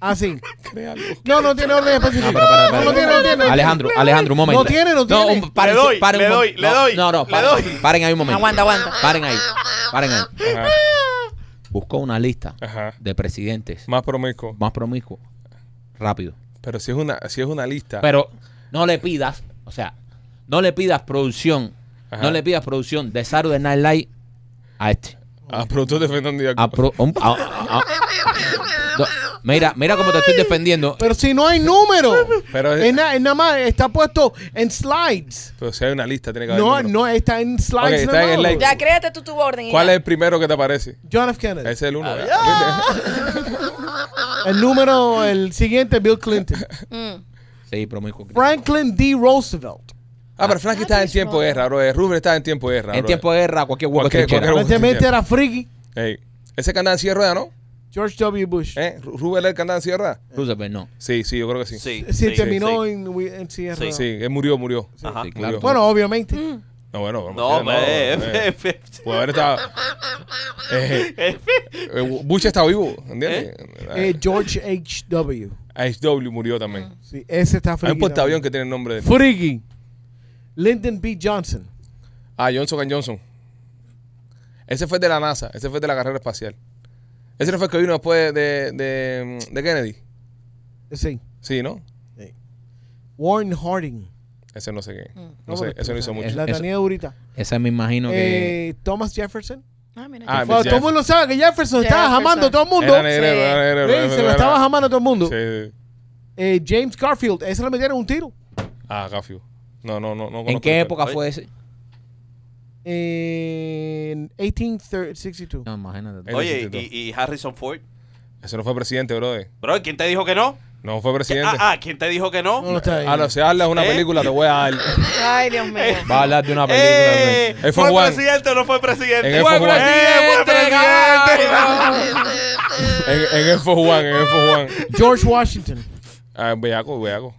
S3: Ah, sí.
S1: créalo.
S3: No, no tiene orden específico.
S2: No, pero, Ah, pero, pero,
S3: no tiene, no tiene.
S2: Alejandro, Alejandro, un momento.
S3: No tiene, no
S2: No,
S3: tiene.
S2: un- paren,
S4: Le doy,
S2: paren un
S4: le
S2: mom-
S4: doy, le
S2: no,
S4: doy,
S2: No, no,
S4: le
S2: paren,
S4: doy.
S2: paren ahí un momento.
S5: Aguanta, aguanta.
S2: Paren ahí, paren ahí.
S1: Ajá,
S2: Buscó una lista
S1: ajá.
S2: de presidentes
S1: Más promiscuo.
S2: más promiscuos. Rápido.
S1: Pero si es una, si es una lista.
S2: Pero no le pidas, o sea, no le pidas producción,
S1: Ajá.
S2: no le pidas producción de Saturday Night Live a este.
S1: a productos de Fernando Díaz.
S2: A pro- un- a- a- a- No, mira, mira cómo te estoy defendiendo.
S3: Pero si no hay número.
S1: Pero es-
S3: es na- es nada más está puesto en slides.
S1: Pero si hay una lista, tiene que haber.
S3: No,
S1: número.
S3: no, está en slides.
S1: Ok, está en
S3: nada más.
S1: slide.
S5: Ya, créate tú tu orden. y
S1: ¿Cuál
S5: ya.
S1: es el primero que te aparece?
S3: John F. Kennedy.
S1: Ese es el uno.
S3: Ah, El número, el siguiente, Bill Clinton.
S5: Mm.
S2: Sí, promiscuo.
S3: Franklin D. Roosevelt.
S1: Ah, pero Frankie estaba en tiempo de guerra, bro. Rubén estaba en tiempo de guerra.
S2: En
S1: bro.
S2: tiempo de guerra, cualquier huevo
S1: Cualquier-
S2: es trinchera.
S1: cualquier
S3: Aparentemente era friki.
S1: Ey. Ese que andaba en silla de ruedas, ¿no?
S3: George W. Bush.
S1: ¿Eh? Ru- ¿Rubén era el que andaba en silla de ruedas?
S2: Roosevelt, no.
S1: Sí, sí, yo creo que sí. Sí,
S4: Sí,
S3: Sí,
S4: sí,
S3: terminó
S4: sí.
S3: en, en Sierra.
S4: Sí, Mm.
S1: sí él murió, murió.
S4: Ajá.
S2: Sí, claro.
S3: Bueno, obviamente.
S1: No, bueno, vamos a
S4: No,
S1: hacer, eh.
S4: pues,
S1: Puede haber estado. Eh, eh, Bush está vivo, ¿entiendes?
S3: Eh, George H.W.
S1: Ice W murió también.
S3: Sí, ese está friki.
S1: Hay un portaavión
S3: también.
S1: que tiene el nombre de.
S3: Friki. Lyndon B. Johnson.
S1: Ah, Johnson and Johnson. Ese fue de la NASA, ese fue de la carrera espacial. Ese no fue el que vino después de, de, de Kennedy.
S3: Sí.
S1: Sí, ¿no?
S3: Warren Harding.
S1: Ese no sé qué.
S3: Mm. No,
S1: No sé,
S3: pero-
S1: ese no hizo mucho.
S3: La
S2: Eso-
S3: tenía ahorita.
S2: Ese me imagino que.
S3: Eh, Thomas Jefferson.
S5: Ah, mira.
S1: Ah,
S3: Bueno,
S1: Jefferson.
S3: todo el mundo sabe que Jefferson, estaba
S5: Jefferson.
S3: jamando a todo el mundo.
S1: Era negrero,
S5: Sí.
S1: era negrero,
S3: Sí,
S1: era
S3: se lo
S1: negrero.
S3: estaba jamando a todo el mundo.
S1: Sí, sí.
S3: Eh, James Garfield, ese le metieron un tiro.
S1: Ah, Gafio. No, no, no. no
S2: ¿En
S1: conozco
S2: qué
S1: el-
S2: época
S4: Oye.
S2: fue ese?
S3: En 1862.
S2: No, imagínate.
S1: Eh,
S4: Oye,
S1: necesito.
S4: y, y Harrison Ford.
S1: Ese no fue presidente, brother.
S4: Bro, ¿quién te dijo que no?
S1: No fue presidente.
S4: Ah, ah, ¿quién te dijo que no?
S3: No, no está ahí.
S1: Ah, no, si hablas una
S4: ¿Eh?
S1: película, te voy a dar.
S5: Ay, Dios mío.
S2: Va a hablar de una
S4: ¡Eh!
S1: F1.
S4: ¿Fue presidente o no fue presidente?
S1: En F1.
S4: ¡Fue presidente!
S1: En, en Info Juan, en Info Juan.
S3: George Washington.
S1: Ah, bellaco, bellaco.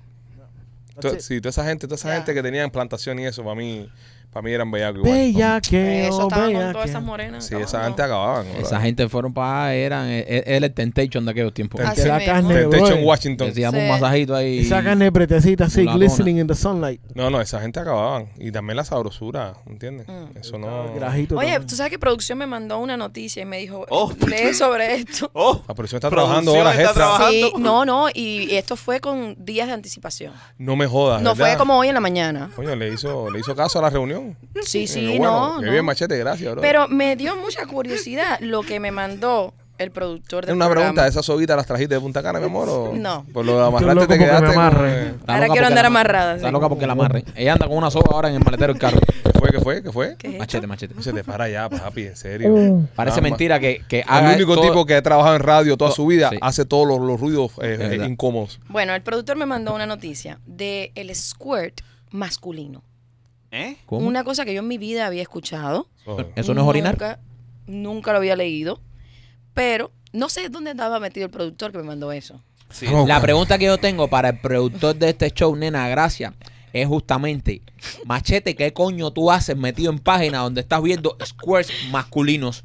S1: To-
S3: That's it.
S1: sí, toda esa gente, toda esa
S5: Ya.
S1: gente que tenían plantación y eso, para mí, para mí eran bellacos igual.
S3: Bellaqueo,
S5: Eso estaba con
S3: bellaqueo.
S5: todas esas morenas.
S1: Sí,
S5: acabando.
S1: esa gente acababan. bro.
S2: Esa gente fueron para. Eran. eh, eh, Era el Temptation de aquellos tiempos.
S5: Así
S3: Que la
S5: mismo.
S3: carne,
S1: Te- te echan
S3: bro.
S1: Washington.
S2: Decíamos
S5: Sí.
S2: un masajito ahí.
S3: Esa carne pretecita así,
S2: Con la
S3: glistening in the sunlight.
S1: No, no, esa gente acababan. Y también la sabrosura, ¿entiendes?
S5: Mm.
S1: Eso no.
S3: Grajito
S5: Oye,
S3: también.
S5: tú sabes que producción me mandó una noticia y me dijo,
S4: Oh.
S5: lee sobre esto.
S4: ¡Oh!
S1: La producción está
S4: Producción
S1: trabajando horas
S4: está
S1: extra.
S4: trabajando.
S5: Sí, no, no, y esto fue con días de anticipación.
S1: No me jodas.
S5: No fue
S1: Ah, ¿verdad?
S5: como hoy en la mañana.
S1: Coño, le hizo, le hizo caso a la reunión.
S5: Sí,
S1: Qué
S5: sí,
S1: eh, bueno,
S5: no.
S1: Qué
S5: no.
S1: bien, machete, gracias, bro.
S5: Pero me dio mucha curiosidad lo que me mandó el productor
S1: Es
S5: del
S1: una
S5: programa.
S1: pregunta, ¿esas soguitas las trajiste de Punta Cana, mi amor? o-
S5: No.
S1: Por lo de amarrarte
S3: loco
S1: te
S3: porque me
S1: quedaste. como
S3: amarren.
S1: que-
S2: Está
S5: Ahora
S2: loca
S5: quiero
S2: porque
S5: andar
S2: la-
S5: amarrada,
S2: Está
S5: sí.
S2: loca porque la amarren. Ella anda con una soga ahora en el maletero del carro.
S1: ¿Qué fue? ¿Qué fue? ¿Qué fue?
S5: ¿Qué es esto?
S2: Machete, machete.
S1: Se te para ya, papi, en serio.
S2: Parece
S1: Ah, ma-
S2: mentira que, que haga
S1: El único
S2: todo-
S1: tipo que ha trabajado en radio toda
S2: to-
S1: su vida
S2: sí.
S1: hace todos los, los ruidos eh,
S2: Es verdad.
S1: incómodos.
S5: Bueno, el productor me mandó una noticia de el squirt masculino.
S4: ¿Eh?
S2: ¿Cómo?
S5: Una cosa que yo en mi vida había escuchado.
S1: Oh.
S2: Eso no es orinar.
S5: Nunca, nunca lo había leído. Pero no sé dónde estaba metido el productor que me mandó eso.
S4: Sí.
S1: No.
S2: La pregunta que yo tengo para el productor de este show, nena, gracias, es justamente, Machete, ¿qué coño tú haces metido en página donde estás viendo squares masculinos?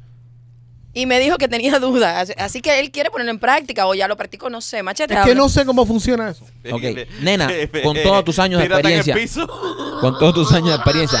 S5: Y me dijo que tenía dudas. Así- Así que él quiere ponerlo en práctica o ya lo practicó, no sé. Machete,
S3: Es que
S5: habla.
S3: no sé cómo funciona eso.
S2: Ok, nena, con todos tus años de
S4: Tírate en el
S2: experiencia.
S4: piso.
S2: Con todos tus años de experiencia,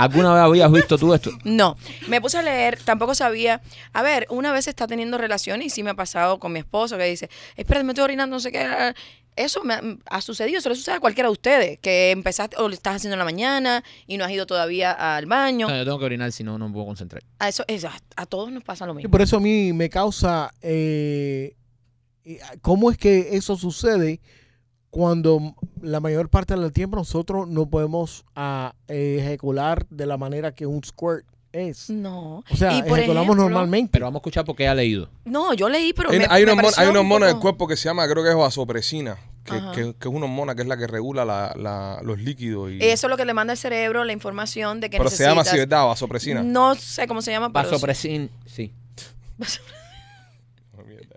S2: ¿Alguna vez habías visto tú esto?
S5: No, me puse a leer, tampoco sabía. A ver, una vez está teniendo relaciones y sí me ha pasado con mi esposo que dice, espérate, me estoy orinando, no sé qué. Eso me ha, ha sucedido, eso le sucede a cualquiera de ustedes, que empezaste o lo estás haciendo en la mañana y no has ido todavía al baño.
S2: yo tengo que orinar, si no, no me puedo concentrar.
S5: A eso es- a, a todos nos pasa lo
S3: Y
S5: mismo.
S3: por eso a mí me causa. eh, eh, ¿Cómo es que eso sucede cuando la mayor parte del tiempo nosotros no podemos ah, eh, ejacular de la manera que un squirt es?
S5: No.
S3: O sea,
S5: y por
S3: ejaculamos
S5: ejemplo-
S3: normalmente.
S2: Pero vamos a escuchar porque ha leído.
S5: No, yo leí, pero
S1: Hay,
S5: me-
S1: hay
S5: me
S1: una hormona,
S5: pareció
S1: hay una
S5: un
S1: hormona del
S5: poco-
S1: cuerpo que se llama, creo que es vasopresina, que,
S5: Ajá.
S1: que- que es una hormona que es la que regula la- la- los líquidos. Y,
S5: Eso es lo que le manda el cerebro, la información de que
S1: pero se
S5: necesitas.
S1: llama así, ¿verdad? Vasopresina.
S5: No sé cómo se llama, pero sí.
S2: Vasopresin, sí.
S1: Oh, mierda.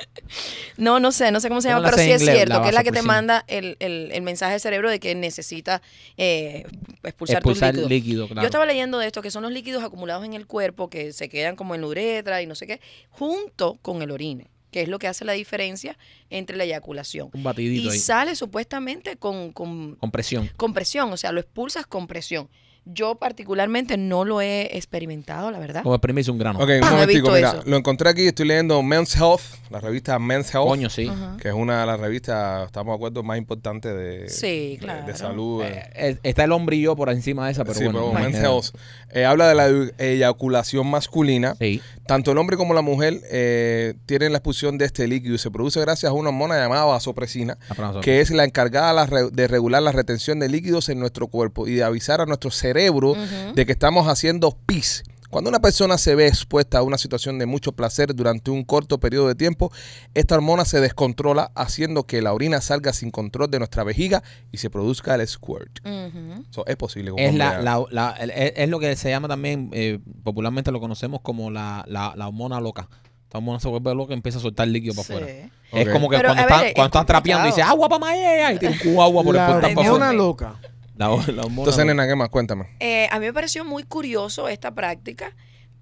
S5: No, no sé, no sé cómo se
S2: Yo no
S5: llama,
S2: la
S5: pero
S2: sé
S5: sí
S2: en
S5: es
S2: inglés,
S5: cierto,
S2: la
S5: que es la que te
S2: vasopresina.
S5: manda el, el- el mensaje del cerebro de que necesita eh, expulsar,
S2: Expulsar
S5: tus líquidos.
S2: líquido, claro.
S5: Yo estaba leyendo de esto, que son los líquidos acumulados en el cuerpo que se quedan como en la uretra y no sé qué, junto con el orine, que es lo que hace la diferencia entre la eyaculación.
S2: Un
S5: Y
S2: batidito ahí.
S5: sale supuestamente con, con,
S2: Con presión.
S5: con presión, o sea, lo expulsas con presión. Yo particularmente no lo he experimentado, la verdad.
S2: Como exprimirse un grano.
S1: Ok,
S5: Ah, he
S1: un momentico,
S5: visto
S1: mira,
S5: eso.
S1: lo encontré aquí, estoy leyendo Men's Health, la revista Men's Health.
S2: Coño, sí.
S5: Ajá.
S1: que es una de las revistas, estamos de acuerdo, más importantes de,
S5: Sí,
S1: de-
S5: claro.
S1: de salud.
S2: Eh, eh, está el hombre y yo por encima de esa, pero
S1: Sí,
S2: bueno.
S1: pero
S2: no hay
S1: Men's
S2: nada.
S1: Health. Eh, habla de la eyu- eyaculación masculina.
S2: Sí.
S1: Tanto el hombre como la mujer eh, tienen la expulsión de este líquido y se produce gracias a una hormona llamada vasopresina,
S2: Aplausos.
S1: que es la encargada la re- de regular la retención de líquidos en nuestro cuerpo y de avisar a nuestro cerebro
S5: Ujú.
S1: de que estamos haciendo pis. Cuando una persona se ve expuesta a una situación de mucho placer durante un corto periodo de tiempo, esta hormona se descontrola haciendo que la orina salga sin control de nuestra vejiga y se produzca el squirt.
S5: Ujú.
S1: So, es posible. que un
S2: Es,
S1: hombre
S2: la,
S1: haga-
S2: la- la- el- es es lo que se llama también, eh, popularmente lo conocemos como la, la, la hormona loca. Esta hormona se vuelve loca y empieza a soltar líquido para
S5: Sí.
S2: afuera.
S1: Ok.
S2: Es como que
S5: Pero,
S2: cuando,
S5: a
S2: están
S5: ver, es
S2: cuando están trapeando y
S5: complicado.
S2: dice agua para Maya eh", y tiene un cubo de agua por el
S3: la
S2: portal para
S3: hormona
S2: afuera.
S3: loca.
S2: La, ho- la hormona
S1: Entonces,
S2: loca.
S1: nena, ¿qué más? Cuéntame.
S5: Eh, a mí me pareció muy curioso esta práctica.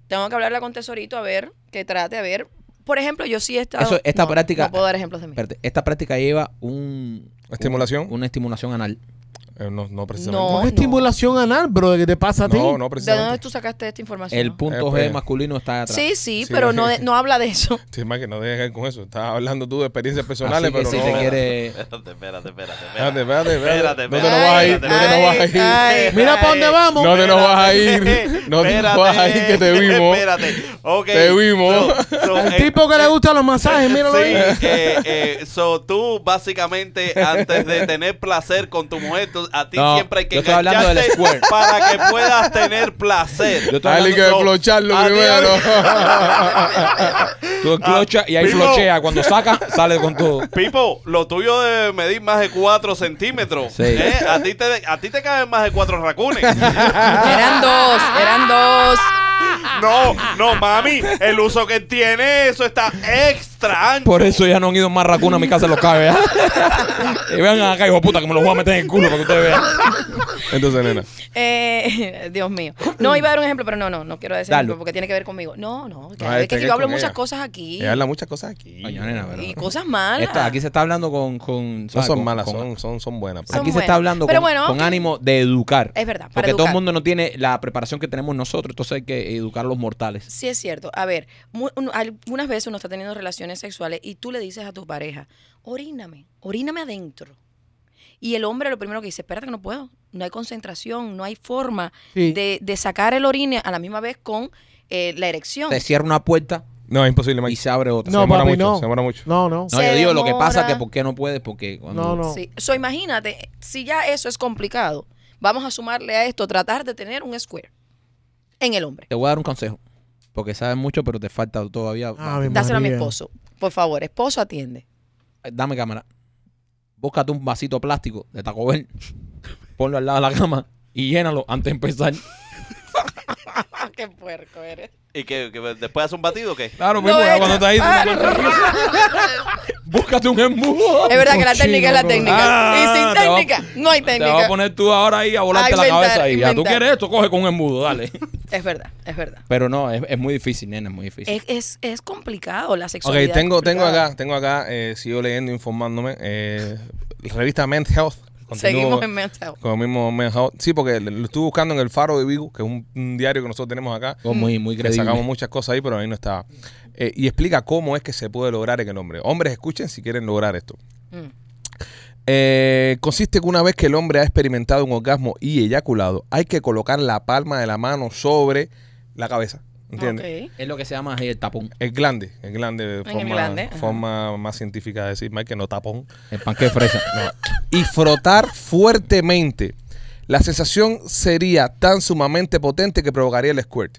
S5: Tengo que hablarla con Tesorito a ver, que trate a ver. Por ejemplo, yo sí he estado.
S2: Eso- esta
S5: no,
S2: práctica-
S5: No puedo dar ejemplos de mí.
S2: Espérate, esta práctica lleva un,
S1: ¿Estimulación?
S2: una estimulación anal.
S1: Eh, no, no, precisamente.
S5: No,
S3: ¿Cómo estimulación anal, bro? ¿Qué te pasa a ti?
S1: No, no,
S5: ¿De dónde
S1: precisamente.
S5: tú sacaste esta información?
S2: El punto
S1: Eh, pues.
S2: G masculino está atrás.
S5: Ah, Sí, sí,
S1: Sí.
S5: pero no, de- no habla de eso.
S1: Sí, más que no dejes con eso. Estás hablando tú de experiencias
S2: Así
S1: personales,
S2: que
S1: pero
S2: si
S1: no.
S2: te quiere...
S4: Espérate, espérate, espérate.
S1: Espérate, espérate, espérate.
S4: Espérate,
S1: No te nos
S4: espérate.
S1: vas a ir, no te
S4: Ay,
S1: nos vas a ir.
S5: ay,
S3: Mira para
S5: ay.
S3: dónde vamos.
S1: No te nos vas a ir. No te nos
S4: Espérate,
S1: vas a ir que te vimos.
S4: Espérate. Ok.
S1: Te vimos.
S4: So- so,
S3: Al
S4: eh,
S3: tipo que le gustan los masajes, míralo
S4: Sí,
S3: ahí.
S4: eh, eh, so tú básicamente antes de tener placer con tu mujer, tú- a ti
S2: No,
S4: siempre hay que
S2: yo estoy hablando del
S4: engancharte
S2: squirt.
S4: para que puedas tener placer.
S2: Yo estoy
S1: Dale que
S4: hablando-
S1: flocharlo
S4: Adiós.
S1: primero.
S2: Tú enclochas
S1: Ah,
S2: y ahí
S4: primo.
S2: flochea. Cuando saca, sale con todo.
S4: Pipo, lo tuyo debe medir más de 4 centímetros.
S2: Sí.
S4: ¿eh? A, ti te, a ti te caben más de 4 racunes.
S5: Eran dos, eran dos.
S4: No, no, mami. El uso que tiene, eso está extra ancho.
S2: Por eso ya no han ido más racunas a mi casa los cabe. ¿ah? Y vean acá, hijo de puta, que me los voy a meter en el culo para que ustedes vean.
S1: Entonces, nena.
S5: Eh, Dios mío. No, iba a dar un ejemplo, pero no, no, no quiero dar ese
S2: Dale.
S5: ejemplo porque tiene que ver conmigo. No, no, que,
S1: Ah,
S5: es
S1: este
S5: que
S1: que
S5: yo hablo
S1: con
S5: muchas
S1: ella.
S5: cosas aquí.
S1: Ella eh, habla muchas cosas aquí.
S2: Coño, nena, pero-
S5: Y cosas malas.
S2: Esta- aquí se está hablando con. con
S1: No
S2: ¿sabes?
S1: son
S2: Con-
S1: malas,
S2: con-
S1: son, son, son buenas. pero-
S5: Son
S2: Aquí se
S5: buenas.
S2: está hablando
S5: Pero
S2: con,
S5: bueno,
S2: con
S5: ok.
S2: ánimo de educar.
S5: Es verdad, para
S2: Porque todo el
S5: educar.
S2: mundo no tiene la preparación que tenemos nosotros, entonces hay que educar a los mortales.
S5: Sí, es cierto. A ver, mu- un- algunas veces uno está teniendo relaciones sexuales y tú le dices a tu pareja, oríname, oríname adentro. Y el hombre lo primero que dice, espérate que no puedo, no hay concentración, no hay forma
S3: Sí.
S5: de, de sacar el orine a la misma vez con eh, la erección.
S2: Te cierra una puerta
S1: No, es imposible,
S2: y
S1: Mike.
S2: se abre otra.
S1: se
S3: No,
S1: demora
S3: papi,
S1: mucho,
S3: no.
S1: se demora mucho.
S3: No, no.
S2: No,
S5: Se
S2: yo digo, lo que
S5: demora.
S2: pasa que por qué no puedes, porque cuando-
S3: No, no.
S5: Sí. So, imagínate, si ya eso es complicado, vamos a sumarle a esto tratar de tener un square en el hombre.
S2: Te voy a dar un consejo, porque sabes mucho, pero te falta todavía.
S5: Ah,
S3: Ave
S5: Dáselo a mi
S3: María.
S5: esposo, por favor, esposo atiende.
S2: Dame cámara. Búscate un vasito plástico de Taco Bell, ponlo al lado de la cama y llénalo antes de empezar.
S5: Ah, Qué puerco eres.
S4: ¿Y que, después hace un batido o qué?
S2: Claro,
S5: No, ella-
S2: ahí, tú-
S5: Ah,
S2: búscate un embudo.
S5: Es verdad que la
S3: Cochino,
S5: técnica es la
S3: bro.
S5: técnica.
S2: Ah,
S5: y sin
S2: te va-
S5: técnica, no hay
S2: Te vas a
S5: técnica.
S2: poner tú ahora ahí a volarte
S5: A
S2: la
S5: inventar,
S2: cabeza ahí. Ya, tú
S5: inventar.
S2: quieres esto, coge con un embudo, dale.
S5: Es verdad, es verdad.
S2: Pero no, es, es muy difícil, nena, es muy difícil.
S5: Es, es, es complicado la
S1: Ok,
S5: sexualidad.
S1: tengo, tengo
S5: complicada.
S1: acá, tengo acá, eh, sigo leyendo, informándome. eh, revista Men's Health,
S5: Seguimos
S1: Continúo
S5: en Mantel.
S1: con el mismo Manhunt. Sí, porque lo estuve buscando en el Faro de Vigo, que es un, un diario que nosotros tenemos acá.
S2: Oh, muy, muy
S1: Que
S2: creíble.
S1: sacamos muchas cosas ahí, pero ahí no estaba. Eh, y explica cómo es que se puede lograr en el hombre. Hombres, escuchen si quieren lograr esto.
S5: Mm.
S1: Eh, consiste que una vez que el hombre ha experimentado un orgasmo y eyaculado, hay que colocar la palma de la mano sobre la cabeza. ¿Entiendes?
S5: Ok.
S2: Es lo que se llama ahí el tapón,
S1: El glande, el glande, de
S5: el
S1: forma,
S5: glande, ajá.
S1: forma más científica de decir, Mike, que no tapón.
S2: el panque de fresa.
S1: Y frotar fuertemente. La sensación sería tan sumamente potente que provocaría el squirt.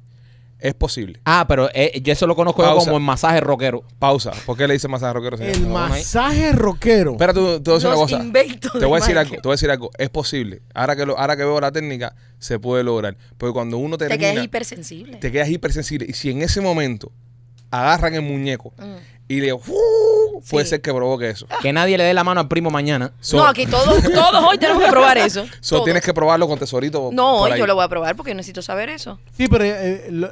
S1: Es posible.
S2: Ah, pero eh, yo eso lo conozco yo
S1: Pausa.
S2: como el masaje rockero.
S1: Pausa. ¿Por qué le dice masaje rockero? señor?
S3: El
S1: No, no hay-
S3: masaje rockero.
S1: Espera, tú, te voy a decir una
S5: Los
S1: cosa.
S5: inventos
S1: Te
S5: de
S1: voy a decir
S5: Michael.
S1: algo, te voy a decir algo. Es posible. Ahora que, lo, ahora que veo la técnica, se puede lograr. Porque cuando uno
S5: Te
S1: termina,
S5: quedas hipersensible.
S1: te quedas hipersensible. Y si en ese momento agarran el muñeco
S5: Mm.
S1: y le... ¡uh! puede
S5: Sí. Ah,
S1: ser que provoque eso.
S2: Que nadie le dé la mano al primo mañana.
S1: So-
S5: no, aquí todos, todos hoy tenemos que probar eso.
S1: So,
S5: Todos.
S1: tienes que probarlo con tesorito.
S5: No,
S1: por
S5: hoy
S1: ahí.
S5: yo lo voy a probar porque necesito saber eso.
S3: Sí, pero eh, lo-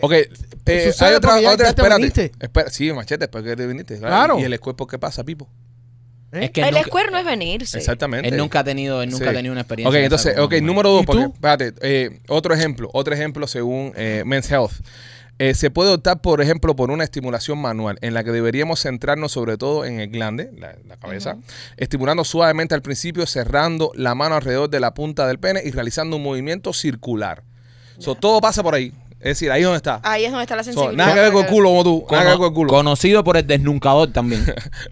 S1: Ok, eh,
S3: Sucede
S1: hay otra,
S3: porque ya-
S1: otra
S3: ya te
S1: espérate.
S3: viniste.
S1: Espera, sí, machete, después que te viniste.
S3: Claro.
S1: Y el cuerpo ¿qué pasa, Pipo?
S3: ¿Eh?
S2: Es que
S5: el
S2: nunca-
S5: square no es venirse.
S1: Exactamente.
S2: él nunca ha tenido, él nunca
S1: Sí.
S2: ha tenido una experiencia.
S1: Ok,
S2: de esa
S1: entonces,
S2: con
S1: ok,
S2: un
S1: número dos,
S3: ¿Y
S1: porque,
S3: tú?
S1: espérate, eh, otro ejemplo, otro ejemplo según eh, Men's Health. Eh, se puede optar, por ejemplo, por una estimulación manual, en la que deberíamos centrarnos sobre todo en el glande, la, la cabeza, estimulando suavemente al principio, cerrando la mano alrededor de la punta del pene y realizando un movimiento circular. So, todo pasa por ahí. Es decir, ahí es donde está.
S5: Ahí es donde está la
S1: So,
S5: sensibilidad.
S1: nada que ver con el culo como tú.
S2: masaje.
S1: Nada que ver
S2: Cono-
S1: con el culo.
S2: Conocido por el desnuncador también.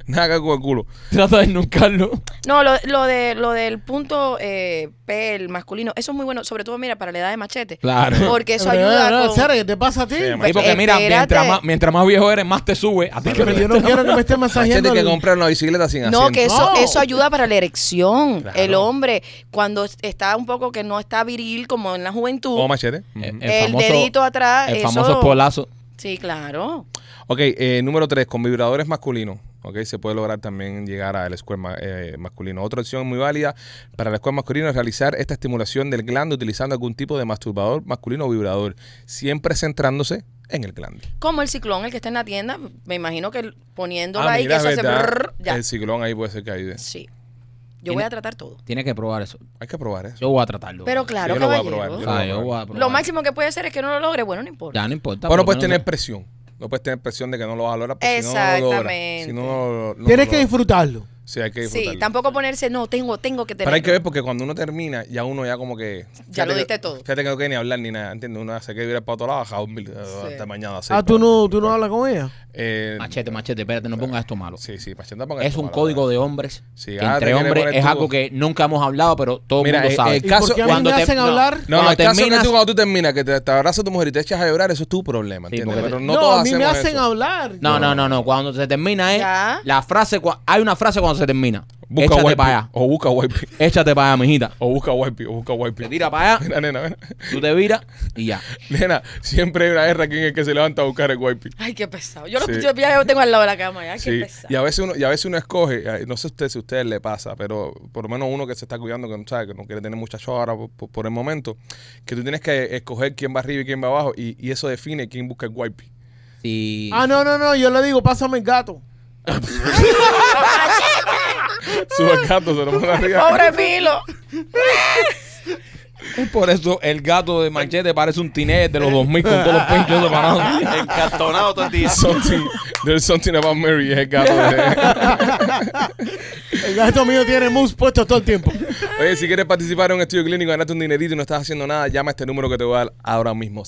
S1: Nada que ver con el culo.
S2: Trata de desnuncarlo.
S5: No, lo, lo de, lo del punto eh, P, el masculino, eso es muy bueno, sobre todo, mira, para la edad de machete.
S2: Claro.
S5: Porque eso
S3: Pero,
S5: ayuda
S3: no, no,
S5: con...
S3: Sara, ¿qué te pasa a ti?
S1: Sí,
S3: Yo
S2: Sí, porque mira,
S5: Espérate.
S2: mientras más, mientras más viejo eres, más te sube. A ti que me
S3: no quiero que me
S1: Machete
S3: estés masajeando.
S1: que
S3: el-
S1: comprar una bicicleta sin asiento.
S5: No, que eso,
S3: No.
S5: eso ayuda para la erección.
S1: Claro.
S5: El hombre, cuando está un poco que no está viril como en la juventud,
S1: O machete.
S2: Eh,
S1: Ujú.
S5: el,
S2: El famoso-
S5: dedito atrás,
S2: El
S5: eso-
S2: famoso polazo.
S5: Sí, claro.
S1: Ok, eh, número 3, con vibradores masculinos. Ok, se puede lograr también llegar al square ma- eh, masculino. Otra opción muy válida para el square masculino es realizar esta estimulación del glande utilizando algún tipo de masturbador masculino o vibrador, siempre centrándose en el glande.
S5: Como el ciclón, el que está en la tienda, me imagino que poniéndolo
S1: Ah,
S5: ahí, que
S1: mira,
S5: eso
S1: es
S5: hace...
S1: verdad.
S5: brrr, ya.
S1: El ciclón ahí puede ser que ayude.
S5: Sí. Yo
S2: Tiene-
S5: voy a tratar todo.
S2: Tiene que probar eso.
S1: Hay que probar eso.
S2: Yo voy a tratarlo.
S5: Pero claro,
S1: yo lo voy a
S5: caballero.
S1: probar, yo
S2: O sea, ah, yo voy a probar.
S5: Lo máximo que puede ser es que no lo logre, bueno, no importa.
S2: Ya no importa.
S1: Bueno,
S2: por
S1: puedes
S2: lo menos
S1: tener
S2: no-
S1: presión. No puedes tener presión de que no lo vas a lograr. porque si no, no lo logras. Si no, no, no
S3: Tienes
S1: lo
S3: que
S1: logras.
S3: disfrutarlo.
S1: Sí, hay que
S5: Sí,
S1: disfrutarlo.
S5: tampoco ponerse, no, tengo, tengo que tener.
S1: Pero hay que ver porque cuando uno termina, ya uno ya como que...
S5: Ya
S1: fíjate
S5: lo
S1: que-
S5: diste todo.
S1: Fíjate que no quiere ni hablar ni nada, ¿entiendes? Uno hace que ir para otro lado, baja un mil, eh, hasta mañana. así,
S3: Ah,
S1: pa-
S3: tú no, tú no
S1: pa-
S3: hablas con ella.
S1: Eh,
S2: Machete, machete, espérate, no pongas esto malo.
S1: Sí, sí, machete tampoco
S2: Es un código de hombres.
S1: Sí,
S2: que
S1: ah, te
S2: entre
S1: quiere
S2: hombres
S1: poner
S2: es
S1: tú-
S2: algo que nunca hemos hablado, pero todo el
S1: Mira,
S2: mundo
S1: eh,
S2: sabe.
S1: eh,
S3: ¿Y
S1: caso-
S3: por qué a mí
S2: cuando
S3: me
S2: te-
S3: hacen
S2: no.
S3: hablar?
S1: No,
S2: Cuando
S1: el caso es que
S2: terminas-
S1: tú, cuando tú terminas, que te, te abraza tu mujer y te echas a llorar, eso es tu problema,
S2: Sí,
S1: ¿entiendes?
S2: porque-
S1: Pero no,
S3: No,
S1: todos
S3: a mí me
S1: hacemos
S3: hacen
S1: eso.
S3: hablar.
S2: No, no, no, no. Cuando se termina es
S5: Ya.
S2: la frase. cua- Hay una frase cuando se termina.
S1: Busca
S2: Échate
S1: white
S2: para
S1: pi-
S2: allá.
S1: O busca white pi-
S2: Échate para allá, mijita.
S1: O busca white pi- O busca white
S2: Te
S1: pi-
S2: tira para allá,
S1: Mira, nena, ven.
S2: tú te viras y ya.
S1: Nena, siempre hay una guerra aquí en el que se levanta a buscar el white pi.
S5: Ay, qué pesado. Yo,
S1: Sí.
S5: lo, yo ya lo tengo al lado de la cama, ya, qué
S1: Sí,
S5: pesado.
S1: y a veces uno, y a veces uno escoge, eh, no sé usted si a ustedes le pasa, pero por lo menos uno que se está cuidando, que no sabe, que no quiere tener muchachos ahora por, por- por el momento, que tú tienes que escoger quién va arriba y quién va abajo, y, y eso define quién busca el wipe.
S2: Sí.
S3: Ah, no, no, no. Yo le digo, pásame el gato.
S1: Sube el gato, se lo pone arriba.
S5: Pobre Pilo.
S2: Por eso el gato de machete parece un teenager de los 2000 con todos los pinchos separados.
S4: Encartonado todo el día.
S1: Something, there's something about Mary, es el gato. de-
S3: El gato mío tiene mus puesto todo el tiempo.
S1: Oye, si quieres participar en un estudio clínico, ganarte un dinerito y no estás haciendo nada, llama a este número que te voy a dar ahora mismo.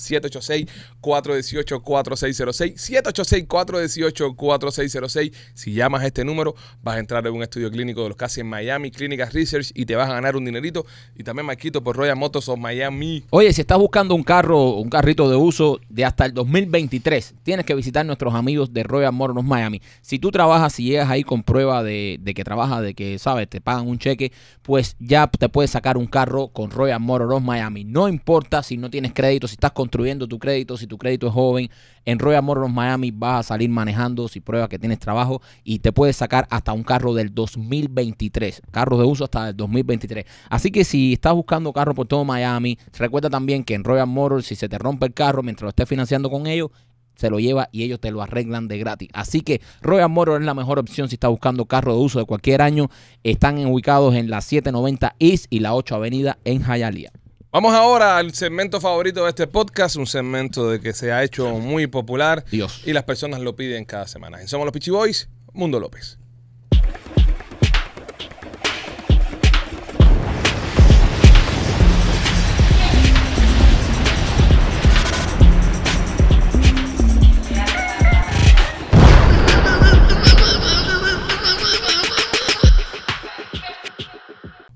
S1: 786-418-4606. 786-418-4606. Si llamas a este número, vas a entrar en un estudio clínico de los que hacen Miami Clinical Research y te vas a ganar un dinerito. Y también Marquito por Royal Motors of Miami.
S2: Oye, si estás buscando un carro, un carrito de uso de hasta el 2023, tienes que visitar nuestros amigos de Royal Motors Miami. Si tú trabajas y llegas ahí con prueba de, de que trabajas, de que, sabes, te pagan un cheque, pues ya te puedes sacar un carro con Royal Motors Miami. No importa si no tienes crédito, si estás construyendo tu crédito, si tu crédito es joven, en Royal Motors Miami vas a salir manejando si pruebas que tienes trabajo y te puedes sacar hasta un carro del 2023. Carros de uso hasta el 2023. Así que si estás buscando carro por todo Miami, recuerda también que en Royal Motors, si se te rompe el carro mientras lo estés financiando con ellos, se lo lleva y ellos te lo arreglan de gratis. Así que Royal Motors es la mejor opción si estás buscando carro de uso de cualquier año. Están ubicados en la 790 East y la 8 Avenida en Hialeah.
S1: Vamos ahora al segmento favorito de este podcast, un segmento de que se ha hecho muy popular
S2: Dios.
S1: y las personas lo piden cada semana. En Somos los Pichi Boys, Mundo López.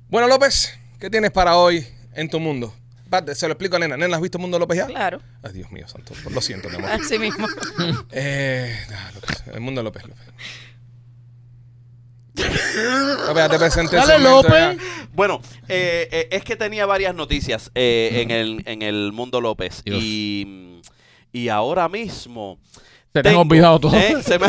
S1: Bueno, López, ¿qué tienes para hoy en tu mundo? Espérate, se lo explico a Nena. ¿Nena has visto Mundo López ya?
S5: Claro,
S1: Ay, Dios mío, santo. Lo siento, mi amor.
S5: así mismo.
S1: Eh, ah, López, el mundo de López, López. López, ya te presenté el
S3: Dale,
S1: segmento, ya.
S3: López.
S4: Bueno, eh, eh, es que tenía varias noticias eh, en, el, en el mundo López.
S2: Dios.
S4: Y, y ahora mismo.
S2: Se
S4: tengo-
S2: olvidado todo.
S4: eh, se me-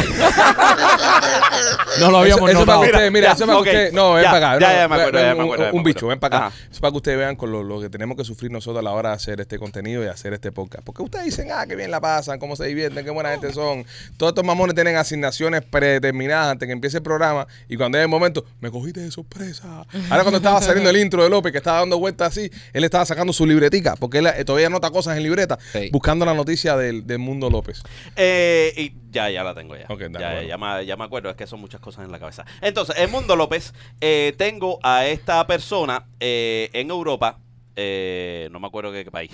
S2: No lo
S1: Eso, eso es
S2: habíamos
S1: para
S2: notado.
S1: que ustedes, mira,
S4: Ya,
S1: eso es para
S4: ok,
S1: que ustedes. No, ven
S4: ya,
S1: para acá. no,
S4: ya, ya me acuerdo,
S1: ven,
S4: ya me
S1: un-
S4: acuerdo, ya
S1: Un
S4: me
S1: bicho,
S4: acuerdo.
S1: ven para acá.
S4: Ajá.
S1: Eso es para que ustedes vean con lo, lo que tenemos que sufrir nosotros a la hora de hacer este contenido y hacer este podcast. Porque ustedes dicen, ah, qué bien la pasan, cómo se divierten, qué buena gente son. Todos estos mamones tienen asignaciones predeterminadas antes que empiece el programa. Y cuando es el momento, me cogiste de sorpresa. Ahora, cuando estaba saliendo el intro de López, que estaba dando vueltas así, él estaba sacando su libretica, porque él eh, todavía anota cosas en libreta,
S2: Sí.
S1: buscando la noticia del, del mundo López.
S4: Eh, y ya, ya la tengo ya.
S1: Ok, dale,
S4: ya,
S1: bueno.
S4: ya me, ya me acuerdo, es que son muchas cosas en la cabeza. Entonces, en Mundo López, eh, tengo a esta persona eh, en Europa, eh, no me acuerdo qué, qué país,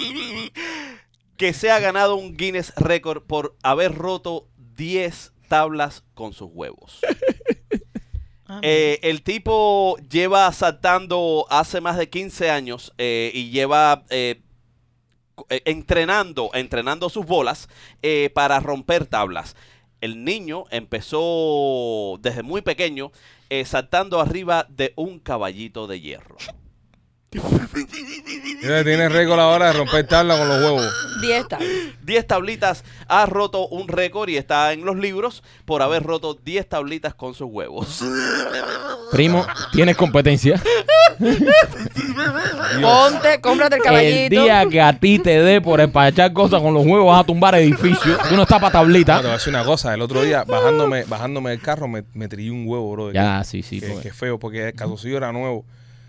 S4: que se ha ganado un Guinness récord por haber roto 10 tablas con sus huevos.
S5: Ah,
S4: Eh, el tipo lleva saltando hace más de 15 años eh, y lleva eh, cu- eh, entrenando, entrenando sus bolas eh, para romper tablas. El niño empezó desde muy pequeño eh, saltando arriba de un caballito de hierro.
S1: Mira, Tiene récord ahora de romper tabla Pues con los huevos.
S5: 10 tablas.
S4: 10 tablitas, ha roto un récord y está en los libros por haber roto 10 tablitas con sus huevos.
S2: Primo, ¿tienes competencia?
S5: Ponte, cómprate el caballito.
S2: El día que a ti te dé por espachar cosas con los huevos vas a tumbar edificios. Tú no estás para
S1: No, te voy
S2: tablita.
S1: a decir una cosa. El otro día, bajándome, bajándome del carro, me, me trillé un huevo, bro.
S2: Ya, sí, sí.
S1: que,
S2: pues.
S1: que feo, porque el calzoncillo era nuevo.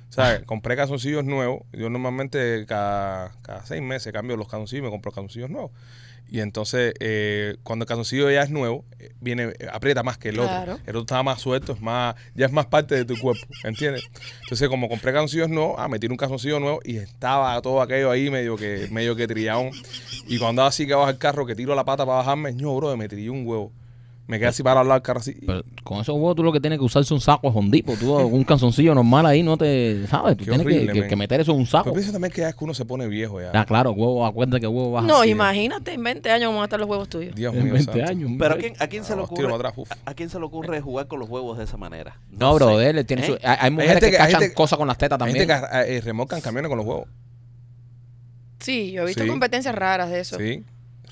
S1: ¿Sabes? Compré calzoncillos nuevos. Yo normalmente cada, cada seis meses cambio los calzoncillos y me compro calzoncillos nuevos. Y entonces, eh, cuando el calzoncillo ya es nuevo, eh, viene eh, aprieta más que el otro.
S5: Claro.
S1: El otro está más suelto, es más ya es más parte de tu cuerpo, ¿entiendes? Entonces, como compré calzoncillos nuevos, ah, metí un calzoncillo nuevo y estaba todo aquello ahí medio que medio que trillado. Y cuando así que bajo el carro, que tiro la pata para bajarme, ño, bro, me trillé un huevo. Me quedé así para hablar del carro así.
S2: Pero con esos huevos tú lo que tienes que usarse un saco es hondipo. Tú un canzoncillo normal ahí no te... ¿Sabes? Tú
S1: Qué
S2: tienes que-
S1: horrible, Pues,
S2: que,
S1: man.
S2: que meter eso en un
S1: Pero
S2: saco.
S1: pienso también que ya es que uno se pone viejo ya.
S2: Ah, claro, huevo. Acuérdate que huevo vas
S5: No,
S2: así, eh.
S5: imagínate en 20 años cómo van a estar los huevos tuyos.
S1: Dios
S2: En
S1: mío.
S2: 20
S1: santo.
S2: años.
S4: Pero ¿a
S2: hombre.
S4: quién, a quién se
S1: Ah,
S4: le
S1: los tiro
S4: ocurre,
S1: para atrás, uf.
S4: a quién se le ocurre jugar con los huevos de esa manera?
S2: No,
S4: sé.
S2: brother, él tiene
S4: ¿Eh?
S2: su- hay, hay mujeres
S1: gente
S2: que
S1: que- hay
S2: cachan
S1: gente-
S2: cosas con las tetas
S1: Hay
S2: también.
S1: gente que ah, eh, remolcan camiones con los huevos.
S5: Sí, yo he visto
S1: Sí.
S5: competencias raras de eso.
S1: Sí.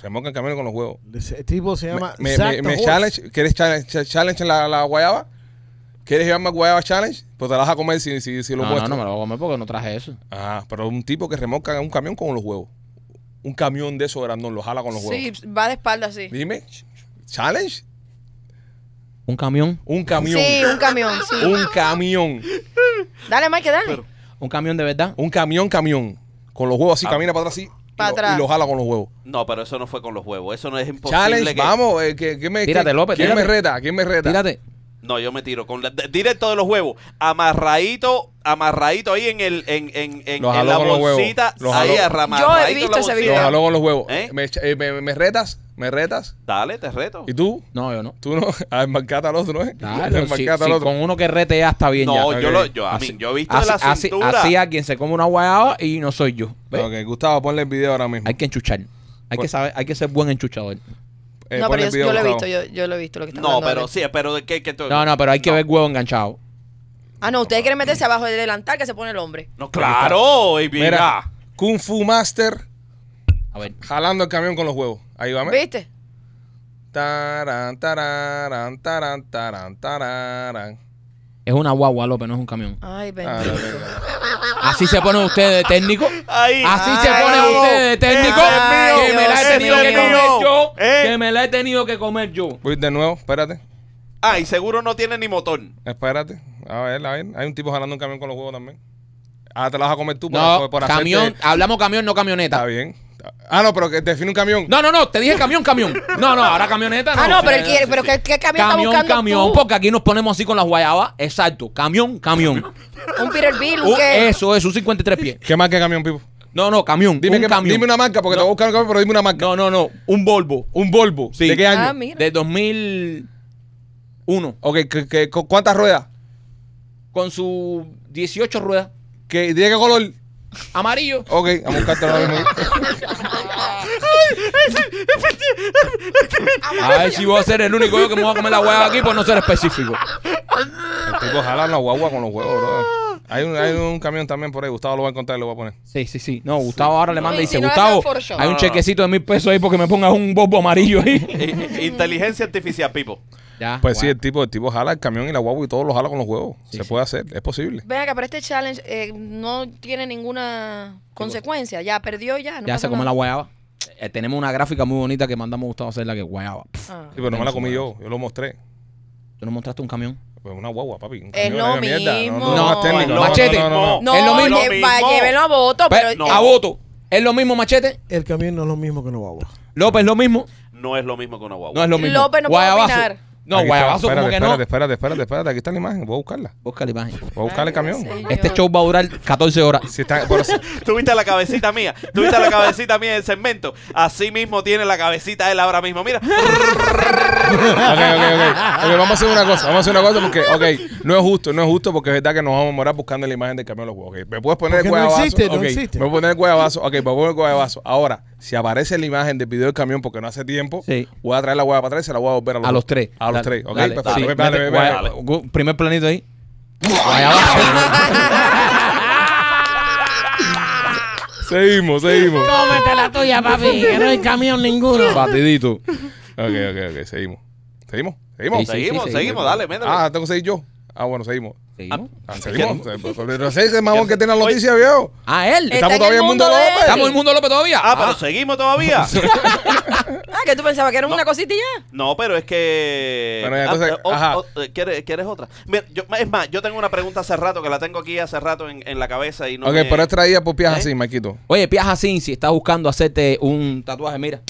S1: Remolcan camiones con los huevos.
S3: Ese tipo se
S1: Me,
S3: llama
S1: me,
S3: Zach
S1: me- me
S3: the Horse.
S1: challenge. ¿Quieres challenge, ch- challenge en la, la guayaba? ¿Quieres llevarme a guayaba challenge? Pues te la vas a comer si, si, si lo
S2: no, no,
S1: muestro.
S2: no me lo voy a comer porque no traje eso.
S1: Ah, pero un tipo que remolca un camión con los huevos. Un camión de esos grandón lo jala con los
S5: Sí,
S1: huevos.
S5: va de espalda así.
S1: Dime. ¿Challenge?
S2: Un camión,
S1: Un camión.
S5: Sí, un camión, sí.
S1: Un camión.
S5: Dale, Mike, dale.
S2: un camión de verdad.
S1: Un camión, camión. Con los
S2: Ah.
S1: huevos así, camina para atrás así. y
S5: Para
S1: lo-
S5: atrás.
S1: Y lo jala con los huevos.
S4: No, pero eso no fue con los huevos. Eso no es imposible.
S1: Challenge,
S4: que-
S1: vamos, eh, que, que me,
S2: Tírate,
S1: que-
S2: López,
S1: ¿quién
S2: tírate.
S1: me reta? ¿Quién me reta?
S2: Tírate.
S4: No, yo me tiro con la- de- directo de los huevos. Amarradito, amarradito ahí en el en, en, en,
S1: Los
S4: en
S1: jaló
S4: la
S1: con los huevos.
S4: bolsita.
S1: Los
S4: ahí
S1: jaló.
S4: arramadito
S5: Yo he
S4: en la
S5: visto ese
S4: bolsita.
S1: Lo
S5: video.
S1: jaló con los huevos.
S4: ¿Eh?
S1: Me, echa- eh, me- me retas? ¿Me retas?
S4: Dale, te reto.
S1: ¿Y tú?
S2: No, yo no.
S1: ¿Tú no? Ah, embarcate al otro, ¿eh?
S2: Claro, si-
S1: Embarcate
S2: si
S1: al otro.
S2: con uno que rete ya está bien
S4: No,
S2: ya.
S4: yo
S1: ok.
S4: lo, yo, a mí,
S2: Así-
S4: yo he visto
S2: Así,
S4: de la
S2: así,
S4: cintura.
S2: así alguien se come una guayaba y no soy yo. ¿Ves?
S1: Ok, Pues- Gustavo, ponle el video ahora mismo.
S2: Hay que enchuchar. Hay que
S1: Bueno.
S2: saber, hay que ser buen enchuchador.
S1: Eh,
S5: no,
S1: ponle el
S5: pero yo,
S1: video,
S5: yo lo he visto,
S1: Gustavo.
S5: yo, yo lo he visto lo que está
S4: No, pero sí, pero de qué, qué tú-
S2: No, no, pero hay que ver huevo enganchado.
S5: Ah, no, ustedes quieren meterse abajo del delantal que se pone el hombre.
S4: No, claro, y mira.
S1: Mira, Kung Fu Master
S2: A ver.
S1: jalando el camión con los huevos. Ahí va, ¿me?
S5: ¿Viste?
S1: Tarán, tararán, tarán, tarán, tararán.
S2: Es una guagua, López, no es un camión.
S5: Ay, bendito.
S1: Ah, la verga.
S2: Así se pone usted de técnico.
S4: Ahí.
S2: Así
S4: Ay,
S2: se pone usted de técnico.
S5: ese es
S2: que
S5: mío,
S2: me la he
S5: ese
S2: tenido
S5: es
S2: que
S5: mío.
S2: comer yo.
S4: Eh.
S2: Que me la he tenido que comer yo.
S1: Voy de nuevo, espérate.
S4: Ah, y seguro no tiene ni motor.
S1: Espérate. A ver, a ver. Hay un tipo jalando un camión con los huevos también. Ah, te lo vas a comer tú por,
S2: No,
S1: por- por hacerte-
S2: camión. Hablamos camión, no
S1: Está
S2: camioneta.
S1: bien. Ah, no, pero que define un camión.
S2: No, no, no. Te dije camión, camión. No, no, ahora camioneta. No.
S5: Ah, no, pero él
S2: Sí,
S5: quiere,
S2: sí,
S5: pero
S2: sí.
S5: ¿qué, qué camión,
S2: Camión,
S5: está buscando
S2: camión,
S5: tú?
S2: porque aquí nos ponemos así con las guayabas. Exacto, camión, camión.
S5: Un Peterbilt, un
S2: Un-
S5: qué.
S2: eso es, un 53 pies.
S1: ¿Qué marca de camión, Pipo?
S2: No, no, camión.
S1: Dime,
S2: un
S1: que,
S2: camión.
S1: dime una marca, porque te voy a buscar un camión, pero dime una marca.
S2: No, no, no, un Volvo.
S1: Un Volvo.
S2: Sí.
S1: ¿De qué año?
S5: Ah, mira.
S2: De 2001.
S1: Ok, que- que- ¿cu- ¿cuántas ruedas?
S2: Con sus 18 ruedas.
S1: ¿Qué, ¿De qué color?
S2: Amarillo.
S1: Ok, vamos a buscarte ahora mismo.
S2: A ver si voy a ser el único yo que me voy a comer la hueá aquí por no ser específico.
S1: El tipo jala la guagua con los huevos, bro. Hay un, hay un camión también por ahí. Gustavo lo va a encontrar y lo va a poner.
S2: Sí, sí, sí. No, Gustavo ahora le manda y dice,
S5: si no,
S2: Gustavo,
S5: es for sure.
S2: hay
S4: No,
S2: un
S4: no,
S2: chequecito de mil pesos ahí porque me pongas un bobo amarillo ahí.
S4: I- i- Eh, Inteligencia artificial, Pipo.
S2: Ya,
S1: Pues sí,
S2: guau.
S1: el tipo, el tipo jala el camión y la guagua y todo lo jala con los huevos.
S2: Sí,
S1: Se
S2: sí.
S1: puede hacer, es posible.
S5: Ven acá, pero este challenge eh, no tiene ninguna consecuencia. Ya perdió, ya. No
S2: Ya
S5: pasa
S2: se come la
S5: nada.
S2: guayaba. Eh, tenemos una gráfica muy bonita que mandamos a Gustavo hacer la que guayaba. Pff,
S5: Ah.
S1: Sí, pero no me la comí yo, yo lo mostré.
S2: ¿Tú nos mostraste un camión?
S1: Pues una guagua, papi. un
S5: Es
S1: camión
S5: lo
S1: de mierda.
S5: mismo.
S1: No, no,
S2: No,
S1: técnico. no,
S2: machete.
S1: No, no, no.
S5: No,
S2: Es lo mismo.
S5: lle- va,
S4: Mismo.
S5: llévelo a voto,
S2: Pe-
S5: pero. eh,
S4: no.
S2: A voto. ¿Es lo mismo, Machete?
S3: El camión no es lo mismo que una guagua.
S2: López, ¿lo mismo?
S4: No es lo mismo que una guagua.
S2: No es lo mismo.
S5: López no puede
S2: Guayabazo.
S5: opinar.
S2: No,
S1: Aquí está,
S2: guayabazo
S1: espérate,
S2: como que
S1: espérate,
S2: no.
S1: Espérate, espérate, espérate. Aquí está la imagen. Voy a buscarla.
S2: Busca la imagen.
S1: Voy a buscar el camión.
S5: Ay,
S2: Este
S5: Dios.
S2: show va a durar 14 horas.
S1: Si está, por-
S4: Tuviste la cabecita mía. Tuviste la cabecita mía del segmento. Así mismo tiene la cabecita él ahora mismo. Mira.
S1: Ok, ok, ok. Ok, vamos a hacer una cosa, vamos a hacer una cosa porque, ok, no es justo, no es justo porque es verdad que nos vamos a morar buscando la imagen del camión de los huevos. ok. ¿Me puedes poner el
S3: Porque no
S1: guayabazo?
S3: existe, no
S1: Ok,
S3: existe.
S1: Me voy a poner el guayabazo, ok, me voy a poner el guayabazo. Ahora, si aparece la imagen del video del camión porque no hace tiempo,
S2: Sí.
S1: voy a traer la guayaba para atrás y se la voy a volver a los,
S2: A los tres.
S1: A los
S2: Dale,
S1: tres, ok, Pues,
S2: dale,
S1: perfecto.
S2: sí,
S1: Ve, vale,
S2: mete
S1: ve, vale.
S2: guaya- gu- Primer planito ahí. Guayabazo.
S1: Seguimos, seguimos.
S6: Cómete la tuya, papi, que no hay camión ninguno.
S2: Batidito.
S1: Ok, ok, ok, seguimos. ¿Seguimos, seguimos.
S2: Sí, sí,
S4: seguimos,
S2: sí,
S4: seguimos,
S2: sí.
S4: dale, métele.
S1: Ah, tengo que seguir yo. Ah, bueno, seguimos.
S2: ¿Seguimos?
S1: Ah, seguimos. Pero ese es el mamón que tiene la noticia, viejo.
S2: Ah, él.
S5: Está
S1: Estamos
S5: en
S1: todavía
S5: el
S1: en Mundo
S5: mundo de
S1: López.
S5: él.
S2: Estamos en el mundo López todavía.
S4: Ah, pero seguimos todavía.
S5: Ah, que tú pensabas que era una cosita y ya.
S4: No, pero es que.
S1: Bueno, ya, entonces,
S4: Ah, o-
S1: ajá.
S4: o- eh, ¿quieres, quieres otra? Mira, yo- es más, yo tengo una pregunta hace rato que la tengo aquí hace rato en, en la cabeza y no.
S1: ok,
S4: me-
S1: pero es traída por piajas
S4: ¿Eh?
S1: así, Maquito.
S2: Oye, Piajacín, si estás buscando hacerte un tatuaje, mira,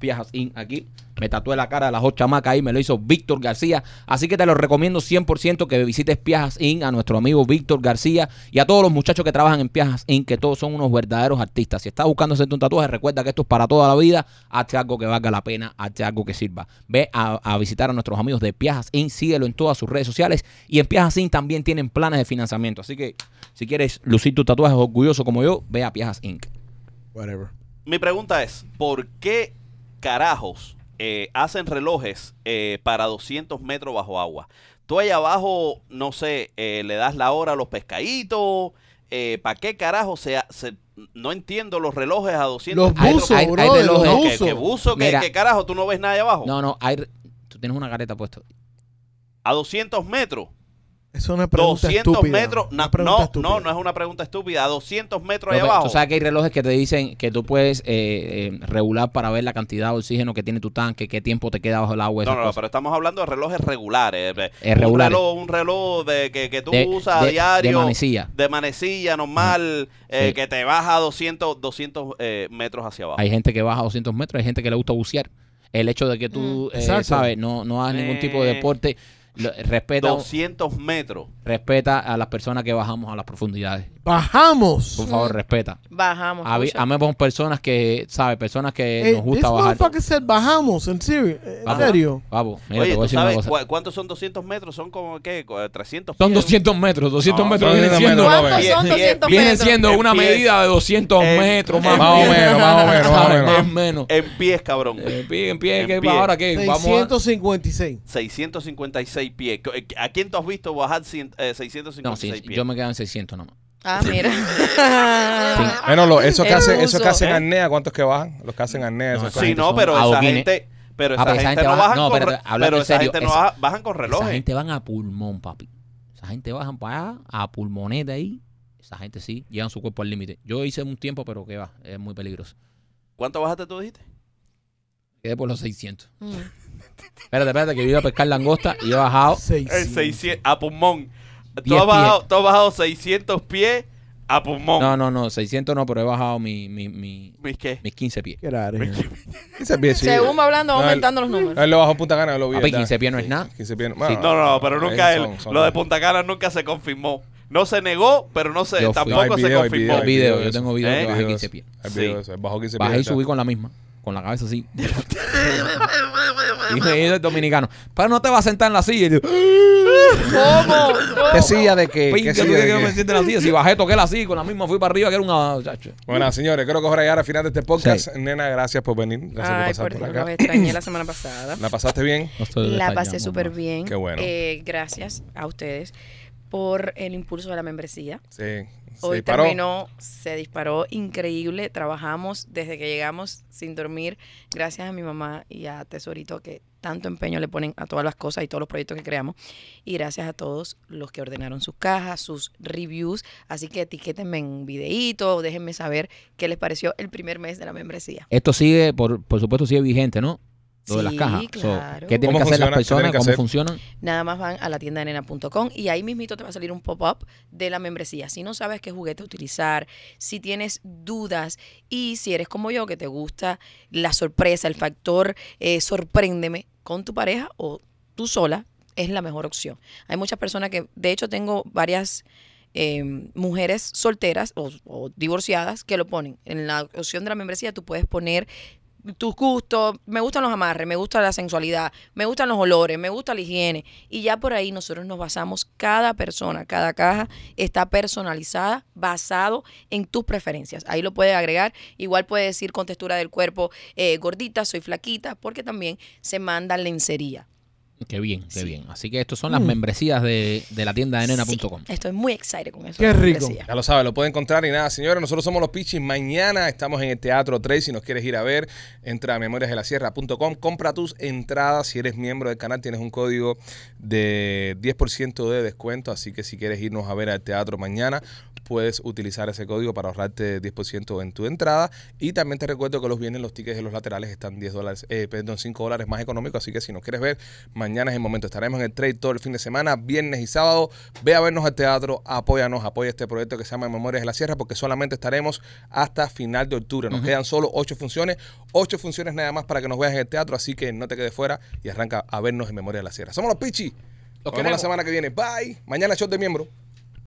S2: Piajacín aquí. Me tatué la cara de las dos chamacas ahí, me lo hizo Víctor García. Así que te lo recomiendo 100% que visites Piajas Inc. a nuestro amigo Víctor García y a todos los muchachos que trabajan en Piajas Inc., que todos son unos verdaderos artistas. Si estás buscando hacerte un tatuaje, recuerda que esto es para toda la vida. Hazte algo que valga la pena, hazte algo que sirva. Ve a, a visitar a nuestros amigos de Piajas Inc., síguelo en todas sus redes sociales y en Piajas Inc. también tienen planes de financiamiento. Así que si quieres lucir tus tatuajes orgulloso como yo, ve a Piajas Inc.
S3: Whatever.
S4: Mi pregunta es: ¿por qué carajos eh, hacen relojes eh, para 200 metros bajo agua? Tú allá abajo, no sé, eh, le das la hora a los pescaditos. Eh, ¿Para qué carajo se, ha- se- No entiendo los relojes a 200
S3: Los
S2: Hay-
S3: buzos,
S2: hay- hay
S3: bro, de los
S2: relojes.
S4: No,
S2: No,
S4: que,
S3: buzos.
S4: que buzo, que,
S2: Mira.
S4: que carajo, tú no ves nada allá abajo.
S2: No, no, hay, tú tienes una careta puesta.
S4: A 200 metros.
S3: Es una pregunta
S4: 200
S3: estúpida.
S4: metros.
S3: Una
S4: No,
S3: pregunta
S4: no,
S3: estúpida.
S4: no, no es una pregunta estúpida. A 200 metros allá
S2: López,
S4: abajo.
S2: Tú sabes que hay relojes que te dicen que tú puedes eh, eh, regular para ver la cantidad de oxígeno que tiene tu tanque, qué tiempo te queda bajo el agua.
S4: no,
S2: esas
S4: no, no,
S2: cosas.
S4: pero estamos hablando de relojes regulares. eh,
S2: Eh, regulares.
S4: Un reloj, un reloj de, que, que tú
S2: De-
S4: usas
S2: de-
S4: a diario.
S2: de manecilla.
S4: de manecilla normal. eh,
S2: Sí.
S4: Que te baja a 200, 200 eh, metros hacia abajo.
S2: Hay gente que baja a 200 metros, hay gente que le gusta bucear. El hecho de que tú, eh,
S3: Exacto.
S2: sabes, no, no hagas ningún tipo de
S4: Mm, Eh.
S2: deporte, lo- respeta,
S4: 200 metros.
S2: respeta a las personas que bajamos a las profundidades. Por
S3: Bajamos.
S2: favor,
S5: Mm.
S2: respeta.
S5: Bajamos.
S2: Habi-
S5: escucha.
S2: Amemos personas que, ¿sabes? Personas que
S3: Eh,
S2: nos gusta bajar.
S3: motherfucker said bajamos, en serio. En
S2: Vamos.
S3: serio.
S2: Papo, mira,
S4: Oye,
S2: te voy
S4: ¿tú
S2: a decir una
S4: sabes
S2: cosa.
S4: cua- cuántos son 200 metros? Son como, ¿qué? Co- 300
S2: Son
S4: pies.
S2: 200 metros, 200
S4: No,
S2: metros
S1: son
S2: vienen
S1: 200
S2: siendo,
S1: Ah, metros.
S4: Bien,
S5: ¿Cuántos son
S4: bien.
S5: 200
S2: vienen
S5: metros?
S2: siendo una
S4: Empieza-
S2: medida de 200
S4: em-
S2: metros más
S1: Más o menos, más o menos, más o
S2: ¿sabes?
S1: menos.
S2: Más o menos.
S4: En pies, cabrón.
S2: En pie, en pie,
S4: En
S2: que
S4: pie.
S2: ahora que vamos a...
S3: 656.
S4: 656 pies. Co- eh, ¿A quién tú has visto bajar cien- eh, 656
S2: No, sí,
S4: pies?
S2: yo me quedo en 600 nomás.
S5: Ah, mira.
S4: Ah,
S1: Bueno, lo- esos que
S5: El
S1: hacen,
S5: buzo,
S1: esos que hacen
S5: ¿eh?
S1: apnea, ¿cuántos que bajan? Los que hacen apnea,
S2: No,
S1: esos
S4: Sí,
S1: que-
S2: gente
S4: no,
S2: son
S4: pero esa
S2: adoquines.
S4: gente, pero
S2: Ah,
S4: esa gente no bajan
S2: no,
S4: con,
S2: pero
S4: re-
S2: hablando
S4: pero
S2: en
S4: esa
S2: serio,
S4: gente no
S2: esa-
S4: baja- bajan con
S2: Esa
S4: relojes.
S2: gente van a pulmón, papi. Esa gente bajan para allá, a pulmoneta ahí. Esa gente sí llevan su cuerpo al límite. Yo hice un tiempo, pero que va, es muy peligroso.
S4: ¿Cuánto bajaste tú dijiste?
S2: Quedé por los 600.
S5: Mm.
S2: Espérate, espérate, que yo iba a pescar langosta y he bajado.
S3: Seis,
S4: El
S3: sí.
S4: 600, Eh, a pulmón. Tú
S2: Diez
S4: has, bajado,
S2: pies.
S4: tú has bajado 600 pies a pulmón.
S2: No, no, no, 600 no, pero he bajado mi, mi, mi-
S4: ¿Mis qué?
S2: mis 15 pies.
S3: Qué raro, ¿eh?
S1: Quince pies, sí.
S5: Según va hablando, va
S1: No, el-
S5: aumentando los números.
S1: Él lo bajó en Punta Cana, lo vi.
S2: Papi,
S1: ¿verdad?
S2: 15 pies no es nada.
S1: 15 pies.
S2: Sí.
S4: No, no, pero nunca
S1: eh,
S4: él.
S1: son- son-
S4: lo de Punta Cana nunca se confirmó. No se negó, pero no se,
S2: Yo fui.
S4: tampoco
S1: No, hay
S4: se
S1: video, hay
S4: confirmó.
S1: video.
S2: video,
S1: de
S2: yo
S1: eso.
S2: tengo video
S4: ¿Eh?
S2: que bajé
S1: Videos.
S2: 15 pies.
S1: Hay videos de
S4: Sí.
S1: eso, él Bajó 15 pies.
S2: Bajé y
S1: ¿verdad?
S2: subí con la misma, con la cabeza así. y me dice el dominicano, pero no te vas a sentar en la silla. Y yo,
S5: ¿Cómo?
S1: ¿Qué silla de qué?
S2: "Pinga,
S1: ¿Qué
S2: ¿tú
S1: silla
S2: crees que yo
S1: de
S2: me
S1: qué?
S2: siento en la silla? Si bajé, toqué la silla y con la misma fui para arriba, que era una... chacho.
S1: Bueno, señores, creo que es hora de llegar al final de este podcast. Nena, gracias por venir. Gracias
S5: Ay,
S1: por
S5: por
S1: pasar
S5: Dios,
S1: por,
S5: los
S1: acá.
S5: extrañé la semana pasada.
S1: ¿La pasaste bien?
S2: No estoy
S5: La
S2: detallando
S5: pasé súper
S2: más.
S5: bien.
S1: Qué bueno.
S5: Eh, gracias a ustedes por el impulso de la membresía.
S1: Sí. Se
S5: Hoy
S1: disparó.
S5: terminó, se disparó increíble. Trabajamos desde que llegamos sin dormir. Gracias a mi mamá y a Tesorito que tanto empeño le ponen a todas las cosas y todos los proyectos que creamos. Y gracias a todos los que ordenaron sus cajas, sus reviews. Así que etiquétenme en videíto, déjenme saber qué les pareció el primer mes de la membresía.
S2: Esto sigue, por, por supuesto, sigue vigente, ¿no? Lo de las
S5: Sí,
S2: cajas. So,
S5: claro.
S2: ¿Qué tienen
S1: ¿Cómo
S2: que hacer
S1: funciona? ¿Qué tienen
S2: las personas?
S1: que
S2: ¿Cómo
S1: hacer?
S2: funcionan?
S5: Nada más van a la tienda de nena.com y ahí mismito te va a salir un pop-up de la membresía. Si no sabes qué juguete utilizar, si tienes dudas y si eres como yo que te gusta la sorpresa, el factor eh, sorpréndeme con tu pareja o tú sola, es la mejor opción. Hay muchas personas que, de hecho, tengo varias eh, mujeres solteras o, o divorciadas que lo ponen. En la opción de la membresía tú puedes poner tus gustos, me gustan los amarres, me gusta la sensualidad, me gustan los olores, me gusta la higiene. Y ya por ahí nosotros nos basamos, cada persona, cada caja está personalizada basado en tus preferencias. Ahí lo puedes agregar, igual puedes decir con textura del cuerpo, eh, gordita, soy flaquita, porque también se manda lencería.
S2: Qué bien, qué
S5: Sí. Mm.
S2: bien. Así que estos son las membresías de, de la tienda de nena.com.
S5: Sí, estoy muy excited con eso.
S3: Qué rico.
S1: Ya lo sabes, lo puede encontrar y nada, señores, nosotros somos los Pichis. Mañana estamos en el Teatro 3. Si nos quieres ir a ver, entra a memoriasdelasierra.com, compra tus entradas. Si eres miembro del canal, tienes un código de 10% de descuento. Así que si quieres irnos a ver al teatro mañana, puedes utilizar ese código para ahorrarte 10% en tu entrada. Y también te recuerdo que los viernes los tickets de los laterales están 10 dólares, eh, perdón, 5 dólares más económicos. Así que si nos quieres ver, mañana es el momento. Estaremos en el trade todo el fin de semana, viernes y sábado. Ve a vernos al teatro, apóyanos, apoya este proyecto que se llama Memorias de la Sierra, porque solamente estaremos hasta final de octubre. Nos quedan solo 8 funciones, 8 funciones nada más para que nos veas en el teatro. Así que no te quedes fuera y arranca a vernos en Memorias de la Sierra. Somos los Pichi. Nos vemos la
S2: queremos.
S1: semana que viene. Bye. Mañana show de miembro.